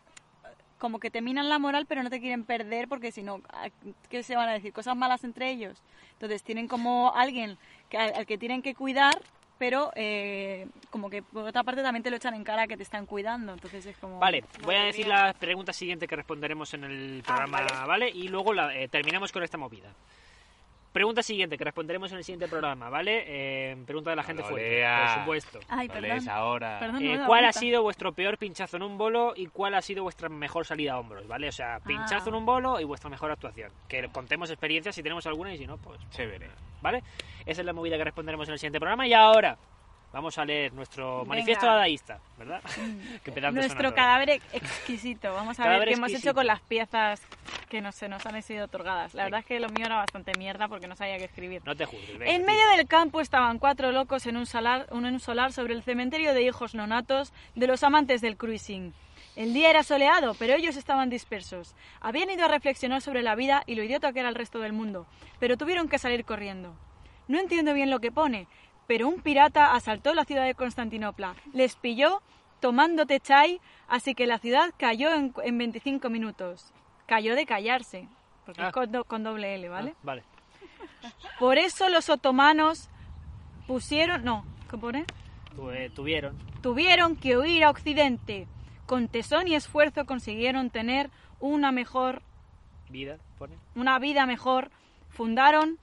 S7: como que te minan la moral pero no te quieren perder porque si no, ¿a- ¿qué se van a decir? Cosas malas entre ellos. Entonces, tienen como alguien que- al, al que tienen que cuidar pero eh, como que por otra parte también te lo echan en cara que te están cuidando. Entonces es como...
S2: Vale, voy a
S1: Madre
S2: decir
S1: mía.
S2: las preguntas siguientes que responderemos en
S7: Ah,
S2: el programa,
S1: vale.
S2: vale. Y luego la- eh, terminamos con esta movida. Pregunta siguiente que responderemos en el siguiente programa, ¿vale? Eh, pregunta de la
S3: No
S2: gente
S3: lo
S2: fuerte,
S3: leas.
S2: por supuesto.
S7: Ay,
S3: No
S7: perdón.
S3: lees ahora.
S7: Perdón, Ah, no
S2: Eh,
S7: me he dado
S2: ¿Cuál ha
S7: cuenta.
S2: sido vuestro peor pinchazo en un bolo y cuál ha sido vuestra mejor salida a hombros? ¿Vale? O sea, pinchazo
S7: Ah.
S2: en un bolo y vuestra mejor actuación. Que contemos experiencias si tenemos alguna y si no, pues.
S3: Chévere.
S2: ¿Vale? Esa es la movida que responderemos en el siguiente programa. Y ahora vamos a leer nuestro
S7: Venga.
S2: manifiesto dadaísta, ¿verdad? que pedante suena
S7: Nuestro
S2: todo.
S7: cadáver ex- exquisito. Vamos a
S2: Cadáver
S7: ver qué hemos
S2: exquisito.
S7: hecho con las piezas que no se nos han sido otorgadas. La verdad es que lo mío era bastante mierda porque no sabía qué escribir.
S2: No te juzgues. venga,
S7: En
S2: tira.
S7: medio del campo estaban cuatro locos en un, salar, un- en un solar sobre el cementerio de hijos nonatos de los amantes del cruising. El día era soleado, pero ellos estaban dispersos. Habían ido a reflexionar sobre la vida y lo idiota que era el resto del mundo, pero tuvieron que salir corriendo. No entiendo bien lo que pone, pero un pirata asaltó la ciudad de Constantinopla, les pilló tomándote chai, así que la ciudad cayó en, en 25 minutos. Cayó de callarse, porque
S2: Ah.
S7: es con, do- con doble L,
S2: Ah,
S7: ¿vale?
S2: vale.
S7: Por eso los otomanos pusieron, no, ¿qué pone?
S2: Tu- eh, tuvieron.
S7: Tuvieron que huir a Occidente. Con tesón y esfuerzo consiguieron tener una mejor,
S2: Vida, pone.
S7: una vida mejor. Fundaron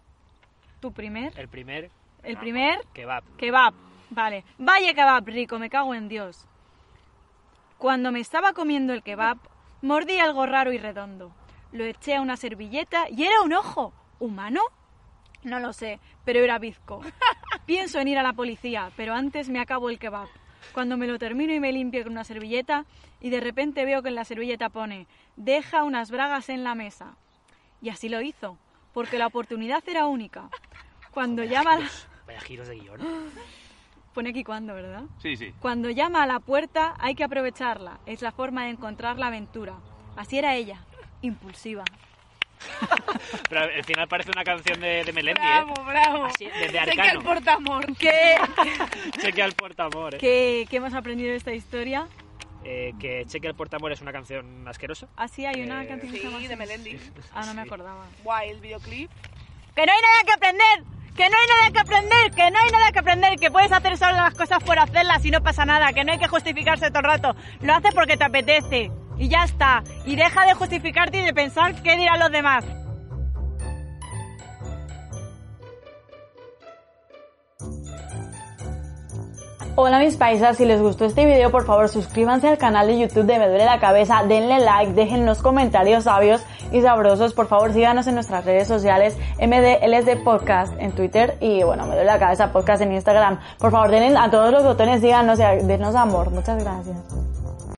S7: tu primer,
S2: El primer
S7: el primer
S2: kebab.
S7: Kebab, vale. Vaya kebab rico, me cago en Dios. Cuando me estaba comiendo el kebab, mordí algo raro y redondo. Lo eché a una servilleta y era un ojo. ¿Humano? No lo sé, pero era bizco. Pienso en ir a la policía, pero antes me acabo el kebab. Cuando me lo termino y me limpio con una servilleta, y de repente veo que en la servilleta pone, deja unas bragas en la mesa. Y así lo hizo, porque la oportunidad era única. Cuando
S2: Vaya
S7: llama...
S2: giros- Vaya giros de guión.
S7: Pone aquí cuando, ¿verdad?
S3: Sí, sí.
S7: Cuando llama a la puerta hay que aprovecharla. Es la forma de encontrar la aventura. Así era ella, impulsiva.
S2: Pero al final parece una canción de, de Melendi, ¿eh?
S1: Bravo, bravo.
S2: Así es, desde
S1: Sé que
S2: Arcano.
S1: al portamor.
S7: ¿Qué,
S2: ¿eh? Cheque al portamor, ¿eh?
S7: qué, qué hemos aprendido de esta historia?
S2: Eh, que Cheque al portamor es una canción asquerosa.
S7: Así Ah, hay una
S2: Eh,
S7: canción que se llama
S1: Sí,
S7: así.
S1: de Melendi.
S7: Ah, no me
S2: Sí.
S7: acordaba.
S1: Guay, el videoclip.
S7: ¡Que no hay nada que aprender! ¡Que no hay nada que aprender! ¡Que no hay nada que aprender! ¡Que puedes hacer solo las cosas por hacerlas y no pasa nada! ¡Que no hay que justificarse todo el rato! Lo haces porque te apetece. Y ya está. Y deja de justificarte y de pensar qué dirán los demás.
S8: Hola mis paisas, si les gustó este video por favor suscríbanse al canal de YouTube de Me Duele la Cabeza, denle like, déjennos comentarios sabios y sabrosos, por favor síganos en nuestras redes sociales MDLSD Podcast en Twitter y bueno, Me Duele la Cabeza Podcast en Instagram, por favor denle a todos los botones, díganos y a- denos amor, muchas gracias.